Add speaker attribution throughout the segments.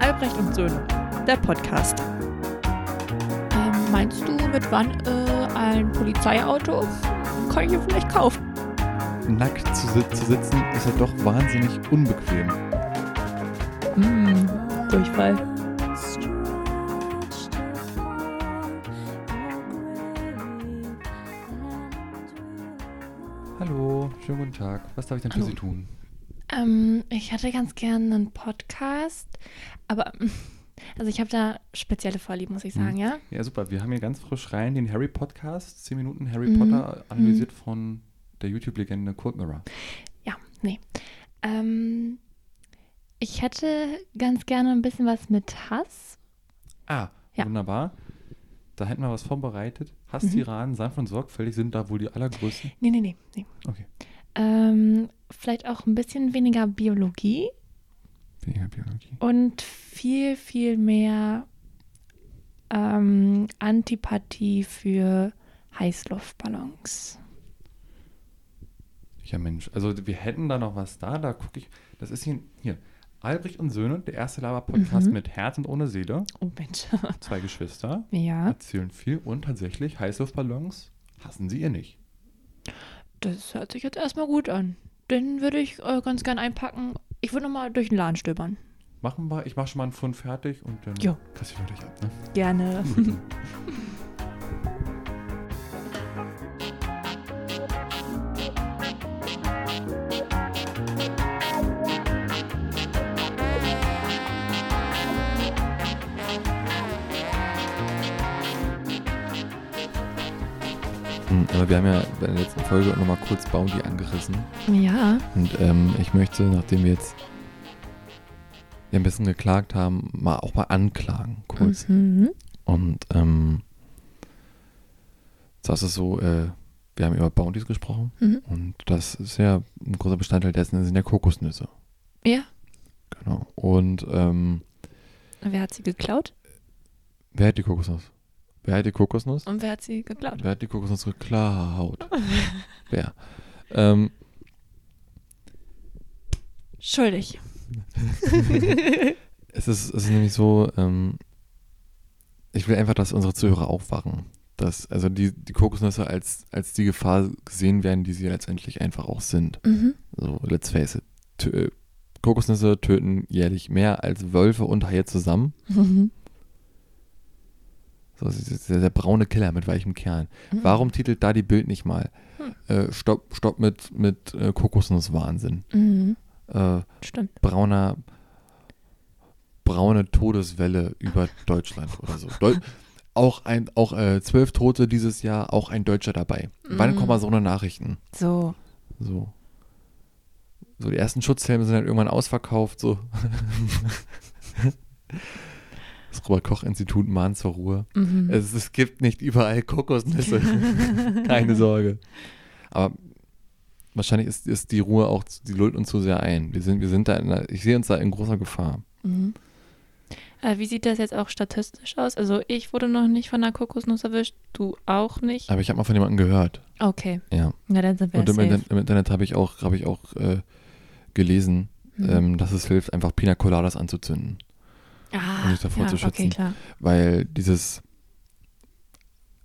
Speaker 1: Albrecht und Söhne, der Podcast.
Speaker 2: Ähm, meinst du, mit wann äh, ein Polizeiauto kann ich mir vielleicht kaufen?
Speaker 3: Nackt zu, sit- zu sitzen ist ja doch wahnsinnig unbequem.
Speaker 2: Hm, Durchfall.
Speaker 3: Hallo, schönen guten Tag. Was darf ich denn für
Speaker 2: Hallo.
Speaker 3: Sie tun?
Speaker 4: Ähm, ich hätte ganz gerne einen Podcast, aber also ich habe da spezielle Vorlieben, muss ich sagen, ja?
Speaker 3: Ja, super. Wir haben hier ganz frisch rein den Harry Podcast. 10 Minuten Harry
Speaker 4: Mhm.
Speaker 3: Potter analysiert von der YouTube-Legende Kurt Mirror.
Speaker 4: Ja, nee. Ähm, ich hätte ganz gerne ein bisschen was mit Hass.
Speaker 3: Ah,
Speaker 4: Ja. Mhm.
Speaker 3: wunderbar. Da hätten wir was vorbereitet. Hasstiraden, sanft und sorgfältig sind da wohl die allergrößten.
Speaker 4: Nee, nee, nee. nee.
Speaker 3: Okay.
Speaker 4: Ähm, vielleicht auch ein bisschen weniger Biologie
Speaker 3: Weniger Biologie.
Speaker 4: und viel, viel mehr ähm, Antipathie für Heißluftballons.
Speaker 3: Ja, Mensch. Also, wir hätten da noch was da. Da gucke ich. Das ist hier. hier. Albrecht und Söhne, der erste
Speaker 4: Mhm.
Speaker 3: Laber-Podcast mit Herz und ohne Seele.
Speaker 4: Oh Mensch.
Speaker 3: Zwei Geschwister.
Speaker 4: ja,
Speaker 3: erzählen viel und tatsächlich Heißluftballons hassen sie ihr nicht.
Speaker 2: Das hört sich jetzt erstmal gut an. Den würde ich äh, ganz gern einpacken. Ich würde nochmal durch den Laden stöbern.
Speaker 3: Machen wir, ich mache schon mal einen Fund fertig und dann
Speaker 2: Jo.
Speaker 3: kassieren wir dich ab. Ne?
Speaker 2: Gerne.
Speaker 5: Hm, Aber wir haben ja bei der letzten Folge auch nochmal kurz Bounty angerissen.
Speaker 4: ja.
Speaker 5: Und ähm, ich möchte, nachdem wir jetzt ja ein bisschen geklagt haben, mal auch mal anklagen kurz.
Speaker 4: Mhm.
Speaker 5: Und ähm, das ist so, äh, wir haben über Bounties gesprochen.
Speaker 2: Mhm.
Speaker 5: Und das ist ja ein großer Bestandteil dessen, sind ja Kokosnüsse.
Speaker 2: Ja.
Speaker 5: Genau. Und ähm,
Speaker 2: Wer hat sie geklaut?
Speaker 5: wer hat die Kokosnuss? Wer hat die Kokosnuss?
Speaker 2: Und wer hat sie geklaut?
Speaker 5: Wer hat die Kokosnuss geklaut? Wer? Ähm,
Speaker 2: Schuldig.
Speaker 5: es, ist, es ist nämlich so, ähm, ich will einfach, dass unsere Zuhörer aufwachen. Dass also die, die Kokosnüsse als, als die Gefahr gesehen werden, die sie letztendlich einfach auch sind.
Speaker 2: Mhm.
Speaker 5: So, let's face it. Tö äh, Kokosnüsse töten jährlich mehr als Wölfe und Haie zusammen.
Speaker 2: Mhm.
Speaker 5: So, das ist der, der braune Killer mit weichem Kern.
Speaker 2: Mhm.
Speaker 5: Warum titelt da die Bild nicht mal?
Speaker 2: Hm.
Speaker 5: Äh, stopp, stopp mit, mit äh, Kokosnusswahnsinn.
Speaker 2: Mhm.
Speaker 5: Äh,
Speaker 2: Stimmt.
Speaker 5: brauner braune Todeswelle über Deutschland oder so. Deu auch ein, auch äh, zwölf Tote dieses Jahr, auch ein Deutscher dabei. Wann
Speaker 2: Mm.
Speaker 5: kommen mal so eine Nachrichten?
Speaker 2: So.
Speaker 5: So. So, die ersten Schutzhelme sind halt irgendwann ausverkauft, so. Das Robert-Koch-Institut mahnt zur Ruhe.
Speaker 2: Mhm.
Speaker 5: Es, es gibt nicht überall Kokosnüsse. Keine Sorge. Aber wahrscheinlich ist, ist die Ruhe auch, die lullt uns zu sehr ein. Wir sind, wir sind da in einer, ich sehe uns da in großer Gefahr.
Speaker 2: Mhm. Äh, wie sieht das jetzt auch statistisch aus? Also ich wurde noch nicht von einer Kokosnuss erwischt, du auch nicht.
Speaker 5: Aber ich habe mal von jemandem gehört.
Speaker 2: Okay,
Speaker 5: Ja.
Speaker 2: na dann sind wir
Speaker 5: Und im,
Speaker 2: safe.
Speaker 5: Inter- im Internet habe ich auch, habe ich auch äh, gelesen,
Speaker 2: Mhm.
Speaker 5: ähm, dass es hilft, einfach Pina Coladas anzuzünden.
Speaker 2: ah,
Speaker 5: um sich davor
Speaker 2: ja,
Speaker 5: zu
Speaker 2: okay,
Speaker 5: schützen.
Speaker 2: klar.
Speaker 5: Weil dieses,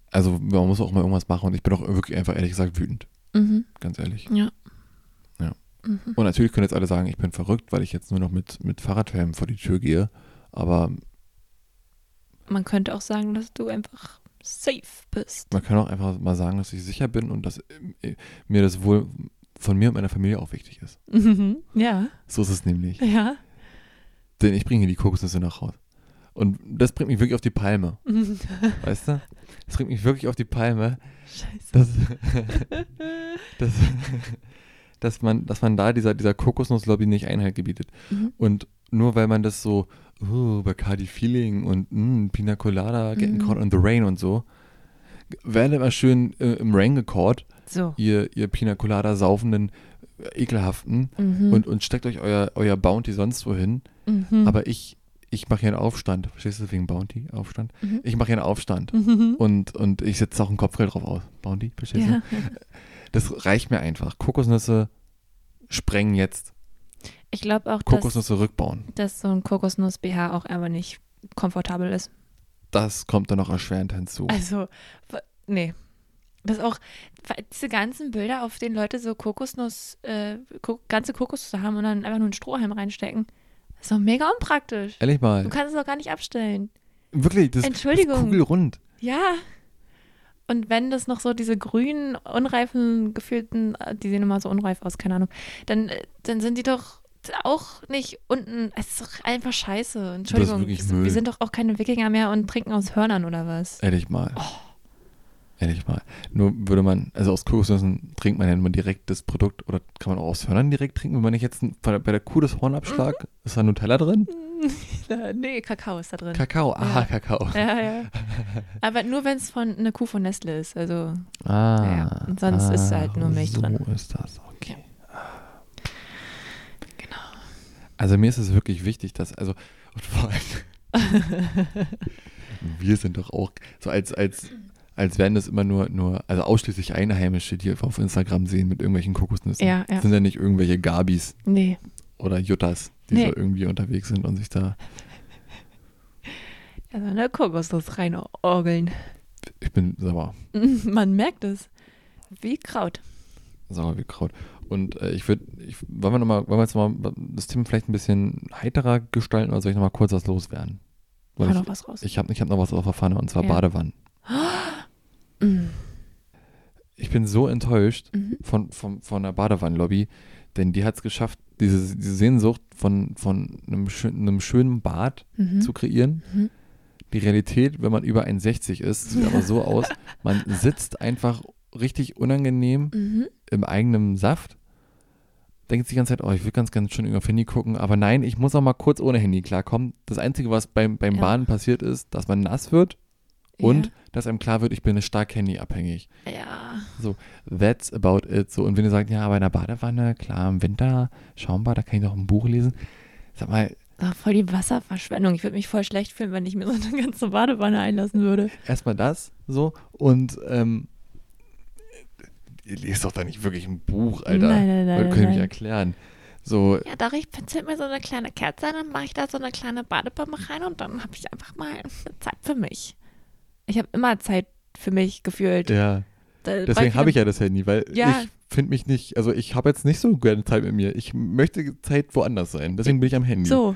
Speaker 5: also man muss auch mal irgendwas machen und ich bin auch wirklich einfach ehrlich gesagt wütend.
Speaker 2: Mhm.
Speaker 5: Ganz ehrlich.
Speaker 2: Ja.
Speaker 5: Ja.
Speaker 2: Mhm.
Speaker 5: Und natürlich können jetzt alle sagen, ich bin verrückt, weil ich jetzt nur noch mit, mit Fahrradhelm vor die Tür gehe. Aber
Speaker 2: Man könnte auch sagen, dass du einfach safe bist.
Speaker 5: man kann auch einfach mal sagen, dass ich sicher bin und dass äh, mir das wohl von mir und meiner Familie auch wichtig ist.
Speaker 2: Mhm. Ja,
Speaker 5: So ist es nämlich.
Speaker 2: ja.
Speaker 5: Denn ich bringe hier die Kokosnüsse nach Hause. Und das bringt mich wirklich auf die Palme,
Speaker 2: Mhm.
Speaker 5: weißt du? Das bringt mich wirklich auf die Palme,
Speaker 2: Scheiße.
Speaker 5: dass, dass, dass, man, dass man da dieser, dieser Kokosnusslobby nicht Einhalt gebietet.
Speaker 2: Mhm.
Speaker 5: Und nur weil man das so, oh, Bacardi Feeling und mm, Pina Colada, Getting
Speaker 2: Mhm.
Speaker 5: Caught in the Rain und so, werdet immer schön äh, im Rain gecaught,
Speaker 2: So.
Speaker 5: ihr, ihr Pina Colada saufenden, äh, ekelhaften,
Speaker 2: Mhm.
Speaker 5: und, und steckt euch euer, euer Bounty sonst wo hin.
Speaker 2: mhm.
Speaker 5: Aber ich, ich mache hier einen Aufstand. Verstehst du wegen Bounty? Aufstand?
Speaker 2: Mhm.
Speaker 5: Ich mache hier einen Aufstand.
Speaker 2: Mhm.
Speaker 5: Und, und ich setze auch ein Kopfgeld drauf aus. Bounty, verstehst
Speaker 2: ja.
Speaker 5: du? Das reicht mir einfach. Kokosnüsse sprengen jetzt.
Speaker 2: Ich glaube auch, dass,
Speaker 5: Kokosnüsse rückbauen.
Speaker 2: dass so ein Kokosnuss-BH auch einfach nicht komfortabel ist.
Speaker 5: Das kommt dann noch erschwerend hinzu.
Speaker 2: Also, w- nee. Das auch, diese ganzen Bilder, auf denen Leute so Kokosnuss, äh, ko ganze Kokosnüsse haben und dann einfach nur einen Strohhalm reinstecken. Das ist doch mega unpraktisch.
Speaker 5: Ehrlich mal.
Speaker 2: Du kannst es auch gar nicht abstellen.
Speaker 5: Wirklich, das
Speaker 2: Entschuldigung.
Speaker 5: ist kugelrund.
Speaker 2: Ja. Und wenn das noch so diese grünen, unreifen, gefühlten, äh, die sehen immer so unreif aus, keine Ahnung, dann, äh, dann sind die doch auch nicht unten. Es ist doch einfach scheiße. Entschuldigung.
Speaker 5: wirklich
Speaker 2: wir,
Speaker 5: Müll. Äh.
Speaker 2: wir sind doch auch keine Wikinger mehr und trinken aus Hörnern oder was.
Speaker 5: Ehrlich mal. Ehrlich mal. Nur würde man, also aus Kokosnüssen trinkt man ja nur direkt das Produkt oder kann man auch aus Hörnern direkt trinken, wenn man nicht jetzt ein, bei der- bei der Kuh das Horn abschlag, ist da Nutella drin?
Speaker 2: nee, Kakao ist da drin.
Speaker 5: Kakao, aha, Kakao.
Speaker 2: Mhm. Ja, ja. Aber nur wenn es von eine Kuh von Nestle ist. Also
Speaker 5: Ah,
Speaker 2: Ja, und sonst ist halt nur Milch
Speaker 5: so
Speaker 2: drin.
Speaker 5: So ist das, okay. Genau. Also mir ist es wirklich wichtig, dass, also, und vor allem, wir sind doch auch, so als, als, als wären das immer nur, nur, also ausschließlich Einheimische, die wir auf Instagram sehen mit irgendwelchen Kokosnüssen.
Speaker 2: Ja, ja.
Speaker 5: Das sind ja nicht irgendwelche Gabis
Speaker 2: nee,
Speaker 5: oder Juttas, die
Speaker 2: Nee.
Speaker 5: so irgendwie unterwegs sind und sich da,
Speaker 2: also eine Kokosnuss rein orgeln.
Speaker 5: ich bin sauer.
Speaker 2: Man merkt es. Wie Kraut.
Speaker 5: Sauer wie Kraut. Und äh, ich würde, ich, wollen, wir noch mal, wollen wir jetzt noch mal das Thema vielleicht ein bisschen heiterer gestalten oder soll ich nochmal kurz was loswerden?
Speaker 2: Hau
Speaker 5: Weil
Speaker 2: noch was raus.
Speaker 5: ich ich habe ich hab noch was auf der Pfanne und zwar
Speaker 2: Ja.
Speaker 5: Badewannen.
Speaker 2: Mm.
Speaker 5: Ich bin so enttäuscht
Speaker 2: Mhm.
Speaker 5: von, von, von der Badewannenlobby, denn die hat es geschafft, diese, diese Sehnsucht von, von einem, schö einem schönen Bad
Speaker 2: Mhm.
Speaker 5: zu kreieren.
Speaker 2: Mhm.
Speaker 5: Die Realität, wenn man über 1,60 ist, sieht aber so aus, man sitzt einfach richtig unangenehm
Speaker 2: Mhm.
Speaker 5: im eigenen Saft. Denkt sich die ganze Zeit, oh, ich will ganz, ganz schön irgendwie auf Handy gucken, aber nein, ich muss auch mal kurz ohne Handy klarkommen. Das Einzige, was beim, beim
Speaker 2: Ja.
Speaker 5: Baden passiert ist, dass man nass wird und dass einem klar wird, ich bin stark handyabhängig.
Speaker 2: Ja. ja.
Speaker 5: That's about it. So, und wenn ihr sagt, ja, aber in der Badewanne, klar, im Winter, Schaumbad, da kann ich doch ein Buch lesen. Sag mal,
Speaker 2: Ach, Ah, voll die Wasserverschwendung. Ich würde mich voll schlecht fühlen, wenn ich mir so eine ganze Badewanne einlassen würde.
Speaker 5: erstmal das so und ähm, ihr lest doch da nicht wirklich ein Buch, Alter.
Speaker 2: Nein, nein, nein,
Speaker 5: Könnt ihr mich
Speaker 2: nein.
Speaker 5: erklären. So,
Speaker 4: Ja, da ich pinzel mir so eine kleine Kerze an, dann mache ich da so eine kleine Badebombe rein und dann habe ich einfach mal Zeit für mich.
Speaker 2: Ich habe immer Zeit für mich gefühlt.
Speaker 5: ja.
Speaker 2: Da-
Speaker 5: Deswegen
Speaker 2: weil-
Speaker 5: habe ich ja das Handy, weil
Speaker 2: Ja.
Speaker 5: ich finde mich nicht, also ich habe jetzt nicht so gerne Zeit mit mir. Ich möchte Zeit woanders sein. Deswegen bin ich am Handy.
Speaker 2: So.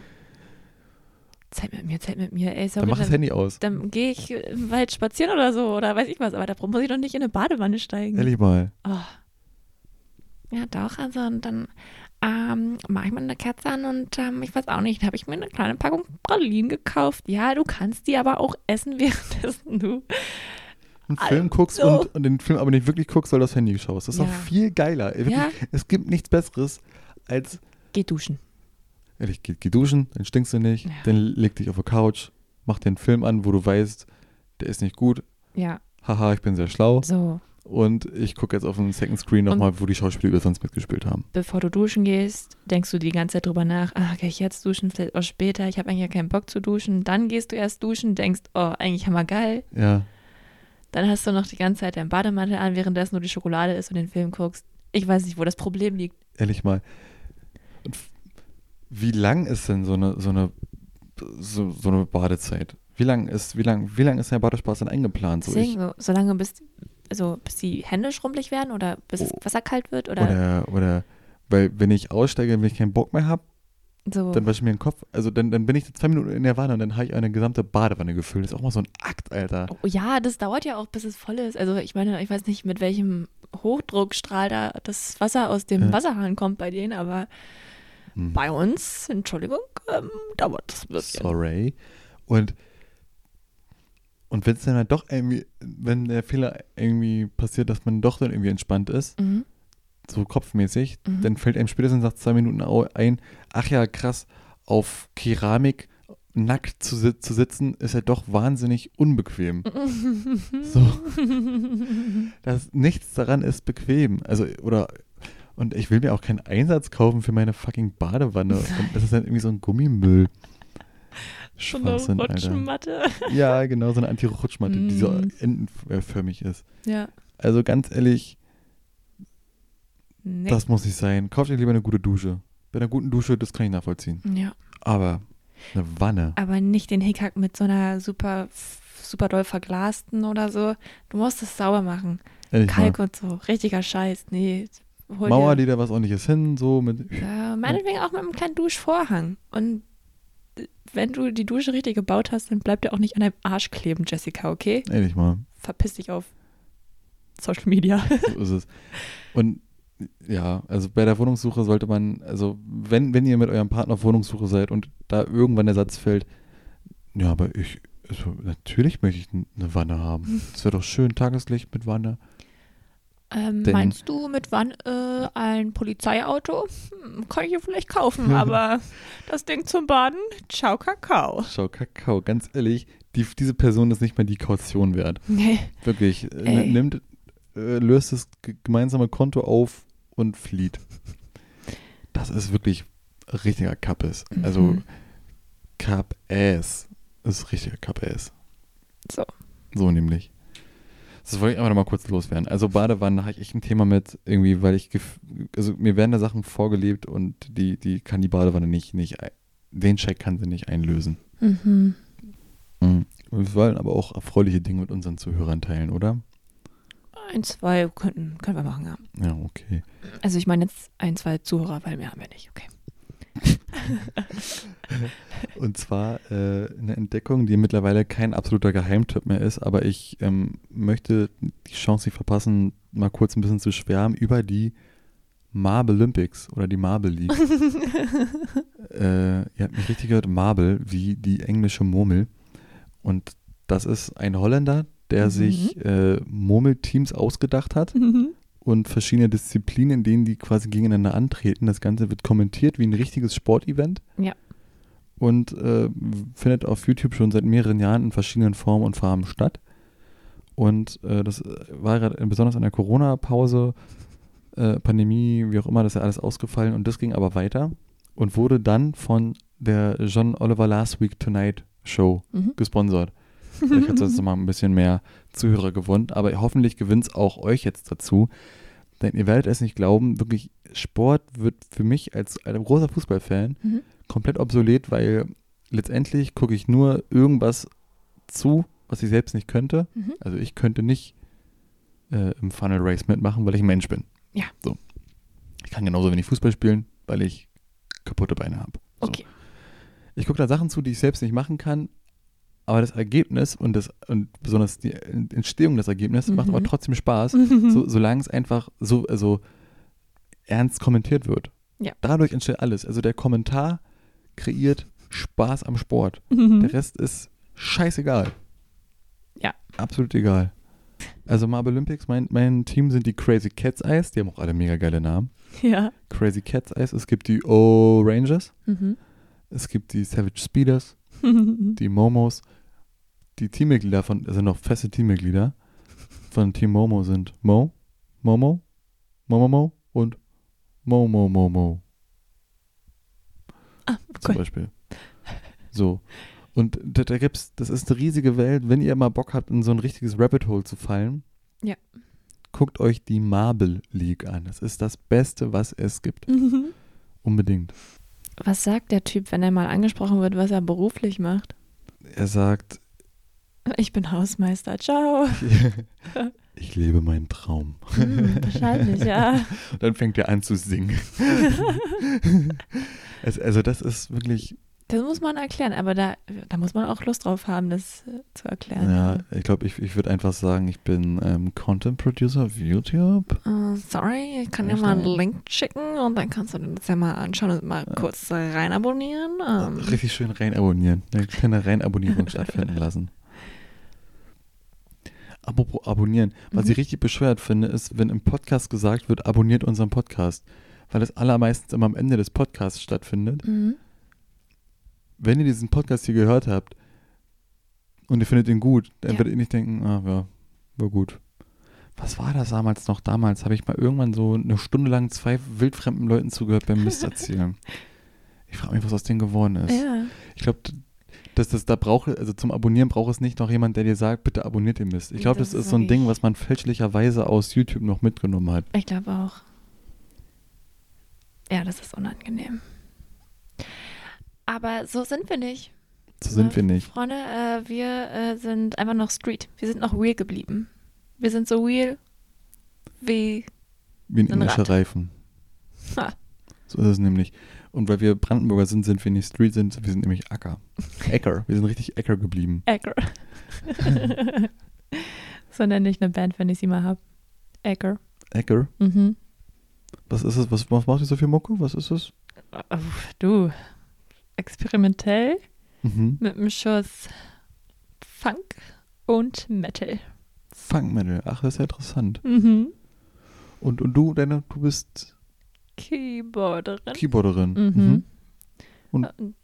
Speaker 2: Zeit mit mir, Zeit mit mir. Ey, sorry,
Speaker 5: dann mach halt das
Speaker 2: dann,
Speaker 5: Handy aus.
Speaker 2: dann gehe ich im Wald spazieren oder so oder weiß ich was. Aber da muss ich doch nicht in eine Badewanne steigen.
Speaker 5: Ehrlich mal.
Speaker 4: Ja, doch, also und dann ähm, mache ich mir eine Kerze an und ähm, ich weiß auch nicht, da habe ich mir eine kleine Packung Pralinen gekauft.
Speaker 2: Ja, du kannst die aber auch essen, währenddessen du.
Speaker 5: einen Film guckst
Speaker 2: so.
Speaker 5: und, und den Film aber nicht wirklich guckst, weil du aufs Handy schaust. Das ist
Speaker 2: Ja.
Speaker 5: doch viel geiler. Wirklich,
Speaker 2: Ja.
Speaker 5: Es gibt nichts Besseres als,
Speaker 2: Geh duschen.
Speaker 5: ehrlich, geh, geh duschen, dann stinkst du nicht,
Speaker 2: Ja.
Speaker 5: dann leg dich auf der Couch, mach dir einen Film an, wo du weißt, der ist nicht gut.
Speaker 2: Ja,
Speaker 5: Haha, ich bin sehr schlau.
Speaker 2: so.
Speaker 5: Und ich gucke jetzt auf dem Second Screen
Speaker 2: Und-
Speaker 5: nochmal, wo die Schauspieler über sonst mitgespielt haben.
Speaker 2: Bevor du duschen gehst, denkst du die ganze Zeit drüber nach, ah, gehe ich jetzt duschen, vielleicht auch später, ich habe eigentlich ja keinen Bock zu duschen. Dann gehst du erst duschen, denkst, oh, eigentlich hammergeil.
Speaker 5: Ja.
Speaker 2: Dann hast du noch die ganze Zeit deinen Bademantel an, währenddessen du die Schokolade isst und den Film guckst. Ich weiß nicht, wo das Problem liegt.
Speaker 5: Ehrlich mal. Und f- wie lang ist denn so eine, so eine, so, so eine Badezeit? Wie lang ist, wie lang, wie lang ist der Badespaß denn eingeplant? So ich,
Speaker 2: Deswegen, so, solange bis, also, bis die Hände schrumpelig werden oder bis das
Speaker 5: Oh.
Speaker 2: Wasser kalt wird oder,
Speaker 5: oder, oder, weil wenn ich aussteige, wenn ich keinen Bock mehr habe,
Speaker 2: so.
Speaker 5: dann wasche ich mir den Kopf. Also dann, dann bin ich zwei Minuten in der Wanne und dann habe ich eine gesamte Badewanne gefüllt. Das ist auch mal so ein Akt, Alter.
Speaker 2: Oh, ja, das dauert ja auch, bis es voll ist. Also ich meine, ich weiß nicht, mit welchem Hochdruckstrahl da das Wasser aus dem
Speaker 5: Ja.
Speaker 2: Wasserhahn kommt bei denen, aber
Speaker 5: Hm.
Speaker 2: bei uns, Entschuldigung, ähm, dauert das ein bisschen.
Speaker 5: Sorry. Und, und wenn es dann halt doch irgendwie, wenn der Fehler irgendwie passiert, dass man doch dann irgendwie entspannt ist,
Speaker 2: Mhm.
Speaker 5: so kopfmäßig,
Speaker 2: Mhm.
Speaker 5: dann fällt einem spätestens nach zwei Minuten au- ein, ach ja, krass, auf Keramik nackt zu, sit- zu sitzen, ist ja doch wahnsinnig unbequem. so. Das, nichts daran ist bequem. Also, oder, und ich will mir auch keinen Einsatz kaufen für meine fucking Badewanne. Und das ist dann irgendwie so ein Gummimüll.
Speaker 2: So eine
Speaker 5: Schwachsinn, Alter.
Speaker 2: Rutschenmatte.
Speaker 5: Ja, genau, so eine Anti-Rutschmatte, die so
Speaker 2: Mm.
Speaker 5: entenförmig ist.
Speaker 2: Ja.
Speaker 5: Also ganz ehrlich,
Speaker 2: Nee.
Speaker 5: das muss nicht sein. Kauft euch lieber eine gute Dusche. bei einer guten Dusche, das kann ich nachvollziehen.
Speaker 2: Ja.
Speaker 5: Aber eine Wanne.
Speaker 2: Aber nicht den Hickhack mit so einer super, super doll verglasten oder so. Du musst es sauber machen.
Speaker 5: Ehrlich
Speaker 2: Kalk und so. Richtiger Scheiß. Nee. Hol dir-
Speaker 5: mal. Mauer, die da was ordentliches hin, so mit.
Speaker 2: Ja, Äh, meinetwegen auch mit einem kleinen Duschvorhang. Und wenn du die Dusche richtig gebaut hast, dann bleib dir auch nicht an deinem Arsch kleben, Jessica, okay?
Speaker 5: Ehrlich mal.
Speaker 2: Verpiss dich auf Social Media.
Speaker 5: So ist es. Und ja, also bei der Wohnungssuche sollte man, also wenn, wenn ihr mit eurem Partner auf Wohnungssuche seid und da irgendwann der Satz fällt, ja, aber ich, also natürlich möchte ich n- eine Wanne haben. Es wäre doch schön, Tageslicht mit Wanne.
Speaker 2: Ähm,
Speaker 5: Denn-
Speaker 2: meinst du, mit wann äh, ein Polizeiauto? Hm, kann ich hier vielleicht kaufen, aber das Ding zum Baden? Ciao, Kakao.
Speaker 5: Schau, Kakao, ganz ehrlich, die, diese Person ist nicht mal die Kaution wert.
Speaker 2: Nee.
Speaker 5: Wirklich, äh,
Speaker 2: Ey.
Speaker 5: nimmt, äh, löst das ge- gemeinsame Konto auf und flieht. Das ist wirklich richtiger Kappes. Also
Speaker 2: Mhm.
Speaker 5: Cup-Ass ist richtiger Cup-Ass.
Speaker 2: So.
Speaker 5: So nämlich. Das wollte ich einfach nochmal kurz loswerden. Also Badewanne habe ich echt ein Thema mit irgendwie, weil ich, gef- also mir werden da Sachen vorgelebt und die, die kann die Badewanne nicht, nicht, ein- den Check kann sie nicht einlösen.
Speaker 2: Mhm.
Speaker 5: Mhm. Wir wollen aber auch erfreuliche Dinge mit unseren Zuhörern teilen, oder?
Speaker 2: Ein, zwei könnten, können wir machen, ja.
Speaker 5: Ja, okay.
Speaker 2: Also ich meine jetzt ein, zwei Zuhörer, weil mehr haben wir nicht, okay.
Speaker 5: Und zwar äh, eine Entdeckung, die mittlerweile kein absoluter Geheimtipp mehr ist, aber ich ähm, möchte die Chance nicht verpassen, mal kurz ein bisschen zu schwärmen über die Marble Olympics oder die Marble League. äh, ihr habt mich richtig gehört, Marble, wie die englische Murmel. Und das ist ein Holländer, der sich äh, Murmelteams ausgedacht hat
Speaker 2: Mhm.
Speaker 5: und verschiedene Disziplinen, in denen die quasi gegeneinander antreten. Das Ganze wird kommentiert wie ein richtiges Sportevent.
Speaker 2: Ja.
Speaker 5: Und äh, findet auf YouTube schon seit mehreren Jahren in verschiedenen Formen und Farben statt. Und äh, das war gerade besonders in der Corona-Pause, äh, Pandemie, wie auch immer, das ist ja alles ausgefallen. Und das ging aber weiter und wurde dann von der John Oliver Last Week Tonight Show
Speaker 2: Mhm.
Speaker 5: gesponsert. Vielleicht hat es jetzt mal ein bisschen mehr Zuhörer gewonnen, aber hoffentlich gewinnt es auch euch jetzt dazu. Denn ihr werdet es nicht glauben, wirklich Sport wird für mich als ein großer Fußballfan
Speaker 2: Mhm.
Speaker 5: komplett obsolet, weil letztendlich gucke ich nur irgendwas zu, was ich selbst nicht könnte.
Speaker 2: Mhm.
Speaker 5: Also ich könnte nicht äh, im Funnel Race mitmachen, weil ich ein Mensch bin.
Speaker 2: Ja.
Speaker 5: So. Ich kann genauso wenig Fußball spielen, weil ich kaputte Beine habe. So.
Speaker 2: Okay.
Speaker 5: Ich gucke da Sachen zu, die ich selbst nicht machen kann, aber das Ergebnis und, das, und besonders die Entstehung des Ergebnisses macht
Speaker 2: Mhm.
Speaker 5: aber trotzdem Spaß, so, solange es einfach so also ernst kommentiert wird.
Speaker 2: Ja.
Speaker 5: Dadurch entsteht alles. Also der Kommentar kreiert Spaß am Sport. Der Rest ist scheißegal.
Speaker 2: Mhm. Ja.
Speaker 5: Absolut egal. Also Marble Olympics, mein, mein Team sind die Crazy Cats Eyes, die haben auch alle mega geile Namen.
Speaker 2: Ja.
Speaker 5: Crazy Cats Eyes, es gibt die O-Rangers,
Speaker 2: Mhm.
Speaker 5: es gibt die Savage Speeders, die Momos. Die Teammitglieder von, also noch feste Teammitglieder von Team Momo sind Mo, Momo, Momomo und Momo Momo zum
Speaker 2: Ah, Cool.
Speaker 5: Beispiel. So. Und da, da gibt's, das ist eine riesige Welt, wenn ihr mal Bock habt, in so ein richtiges Rabbit Hole zu fallen.
Speaker 2: Ja.
Speaker 5: Guckt euch die Marble League an. Das ist das Beste, was es gibt.
Speaker 2: Mhm.
Speaker 5: Unbedingt.
Speaker 2: Was sagt der Typ, wenn er mal angesprochen wird, was er beruflich macht?
Speaker 5: Er sagt,
Speaker 2: Ich bin Hausmeister, ciao.
Speaker 5: ich lebe meinen Traum.
Speaker 2: Hm, wahrscheinlich, ja.
Speaker 5: Dann fängt er an zu singen. es, also das ist wirklich,
Speaker 2: Das muss man erklären, aber da, da muss man auch Lust drauf haben, das äh, zu erklären.
Speaker 5: ja, ich glaube, ich, ich würde einfach sagen, ich bin ähm, Content Producer auf YouTube.
Speaker 2: Äh, sorry, ich kann dir mal einen Link schicken und dann kannst du dir das ja mal anschauen und mal kurz äh, rein abonnieren. Ähm,
Speaker 5: Äh, Richtig schön rein abonnieren. Eine kleine Reinabonierung stattfinden lassen. Apropos abonnieren. Was ich richtig bescheuert finde, ist, wenn im Podcast gesagt wird, abonniert unseren Podcast. Weil das allermeistens immer am Ende des Podcasts stattfindet.
Speaker 2: mhm.
Speaker 5: wenn ihr diesen Podcast hier gehört habt und ihr findet ihn gut, dann
Speaker 2: Ja.
Speaker 5: werdet ihr nicht denken, ah ja, war gut. Was war das damals noch? Damals habe ich mal irgendwann so eine Stunde lang zwei wildfremden Leuten zugehört beim Mist erzählen. ich frage mich, was aus denen geworden ist.
Speaker 2: Ja.
Speaker 5: Ich glaube, dass das da braucht, also zum Abonnieren braucht es nicht noch jemand, der dir sagt, bitte abonniert den Mist. Ich glaube,
Speaker 2: Das
Speaker 5: das, ist
Speaker 2: ist
Speaker 5: so ein
Speaker 2: wirklich-
Speaker 5: Ding, was man fälschlicherweise aus YouTube noch mitgenommen hat.
Speaker 2: Ich glaube auch. Ja, das ist unangenehm. Aber so sind wir nicht.
Speaker 5: So sind
Speaker 2: Ja,
Speaker 5: wir nicht.
Speaker 2: Freunde, äh, wir äh, sind einfach noch Street. Wir sind noch real geblieben. Wir sind so real wie.
Speaker 5: Wie ein
Speaker 2: Ein Rad.
Speaker 5: englischer Reifen.
Speaker 2: Ha.
Speaker 5: So ist es nämlich. Und weil wir Brandenburger sind, sind wir nicht Street, sind wir sind nämlich Acker. Acker. Wir sind richtig Acker geblieben.
Speaker 2: Acker. so nenne ich eine Band, wenn ich sie mal habe. Acker.
Speaker 5: Acker.
Speaker 2: Mhm.
Speaker 5: Was ist es? Was, was macht ihr so viel Mucke? Was ist es?
Speaker 2: Uff, du. Experimentell
Speaker 5: Mhm.
Speaker 2: mit einem Schuss Funk und Metal.
Speaker 5: Funk Metal. Ach, das ist ja interessant.
Speaker 2: Mhm.
Speaker 5: Und, und du, deine, du bist
Speaker 2: Keyboarderin.
Speaker 5: Keyboarderin.
Speaker 2: Mhm.
Speaker 5: Und-
Speaker 2: und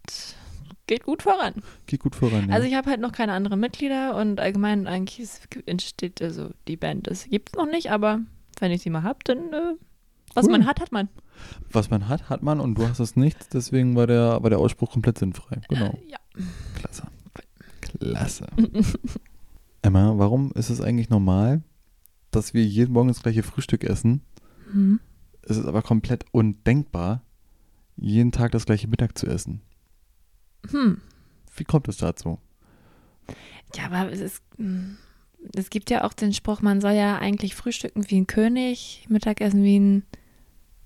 Speaker 2: geht gut voran.
Speaker 5: Geht gut voran. ja.
Speaker 2: Also ich habe halt noch keine anderen Mitglieder und allgemein eigentlich ist- entsteht, also die Band, es gibt noch nicht, aber wenn ich sie mal habe, dann äh, was
Speaker 5: Cool.
Speaker 2: man hat, hat man.
Speaker 5: Was man hat, hat man und du hast es nicht. Deswegen war der, war der Ausspruch komplett sinnfrei. Genau.
Speaker 2: Äh, Ja.
Speaker 5: Klasse. Klasse. Emma, warum ist es eigentlich normal, dass wir jeden Morgen das gleiche Frühstück essen?
Speaker 2: Mhm.
Speaker 5: Es ist aber komplett undenkbar, jeden Tag das gleiche Mittag zu essen.
Speaker 2: Hm.
Speaker 5: Wie kommt es dazu?
Speaker 2: Ja, aber es ist, mh, es gibt ja auch den Spruch, man soll ja eigentlich frühstücken wie ein König, Mittagessen wie ein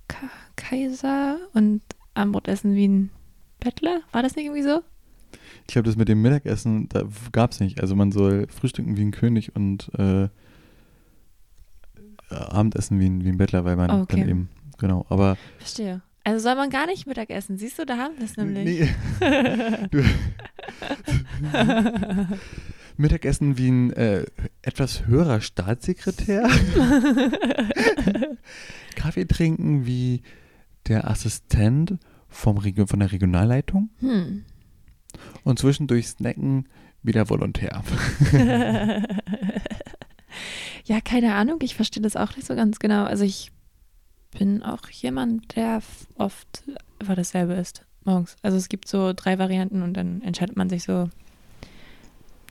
Speaker 2: Ka Kaiser und Abendbrot essen wie ein Bettler. War das nicht irgendwie so?
Speaker 5: Ich glaube, das mit dem Mittagessen, da gab es nicht. Also man soll frühstücken wie ein König und äh, äh, Abendessen wie ein, wie ein Bettler, weil man
Speaker 2: Okay.
Speaker 5: dann eben, genau, aber
Speaker 2: Verstehe. Also soll man gar nicht Mittagessen. Siehst du, da haben wir es nämlich.
Speaker 5: Nee. Du- Mittagessen wie ein äh, etwas höherer Staatssekretär. Kaffee trinken wie der Assistent vom Regio von der Regionalleitung.
Speaker 2: Hm.
Speaker 5: Und zwischendurch snacken wie der Volontär.
Speaker 2: ja, keine Ahnung, ich verstehe das auch nicht so ganz genau. Also ich bin auch jemand, der f- oft immer dasselbe ist morgens. Also es gibt so drei Varianten und dann entscheidet man sich so,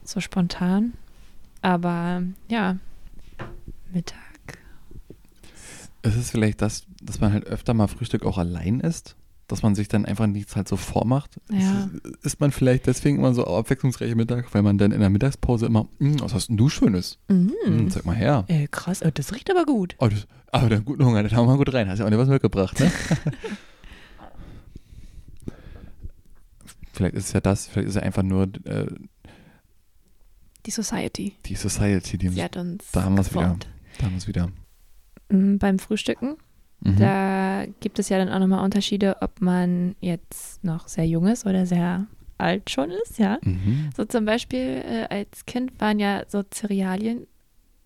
Speaker 2: so spontan. Aber ja, Mittag.
Speaker 5: Es ist vielleicht das, dass man halt öfter mal Frühstück auch allein isst, dass man sich dann einfach nichts halt so vormacht.
Speaker 2: Ja.
Speaker 5: Es Ist, ist man vielleicht deswegen immer so abwechslungsreicher Mittag, weil man dann in der Mittagspause immer, "Mm, was hast denn du Schönes? Mm, zeig mal her.
Speaker 2: Äh, krass, oh, das riecht aber gut.
Speaker 5: Oh, das, aber dann guten Hunger, dann haben wir gut rein. Hast ja auch nicht was mitgebracht, ne? vielleicht ist es ja das, vielleicht ist es ja einfach nur äh,
Speaker 2: Die Society.
Speaker 5: die Society, die uns,
Speaker 2: Sie hat uns.
Speaker 5: da haben wir es wieder.
Speaker 2: geformt.
Speaker 5: Da haben wir es wieder.
Speaker 2: Mm, Beim Frühstücken
Speaker 5: Mhm.
Speaker 2: Da gibt es ja dann auch nochmal Unterschiede, ob man jetzt noch sehr jung ist oder sehr alt schon ist, ja.
Speaker 5: Mhm.
Speaker 2: So zum Beispiel äh, als Kind waren ja so Cerealien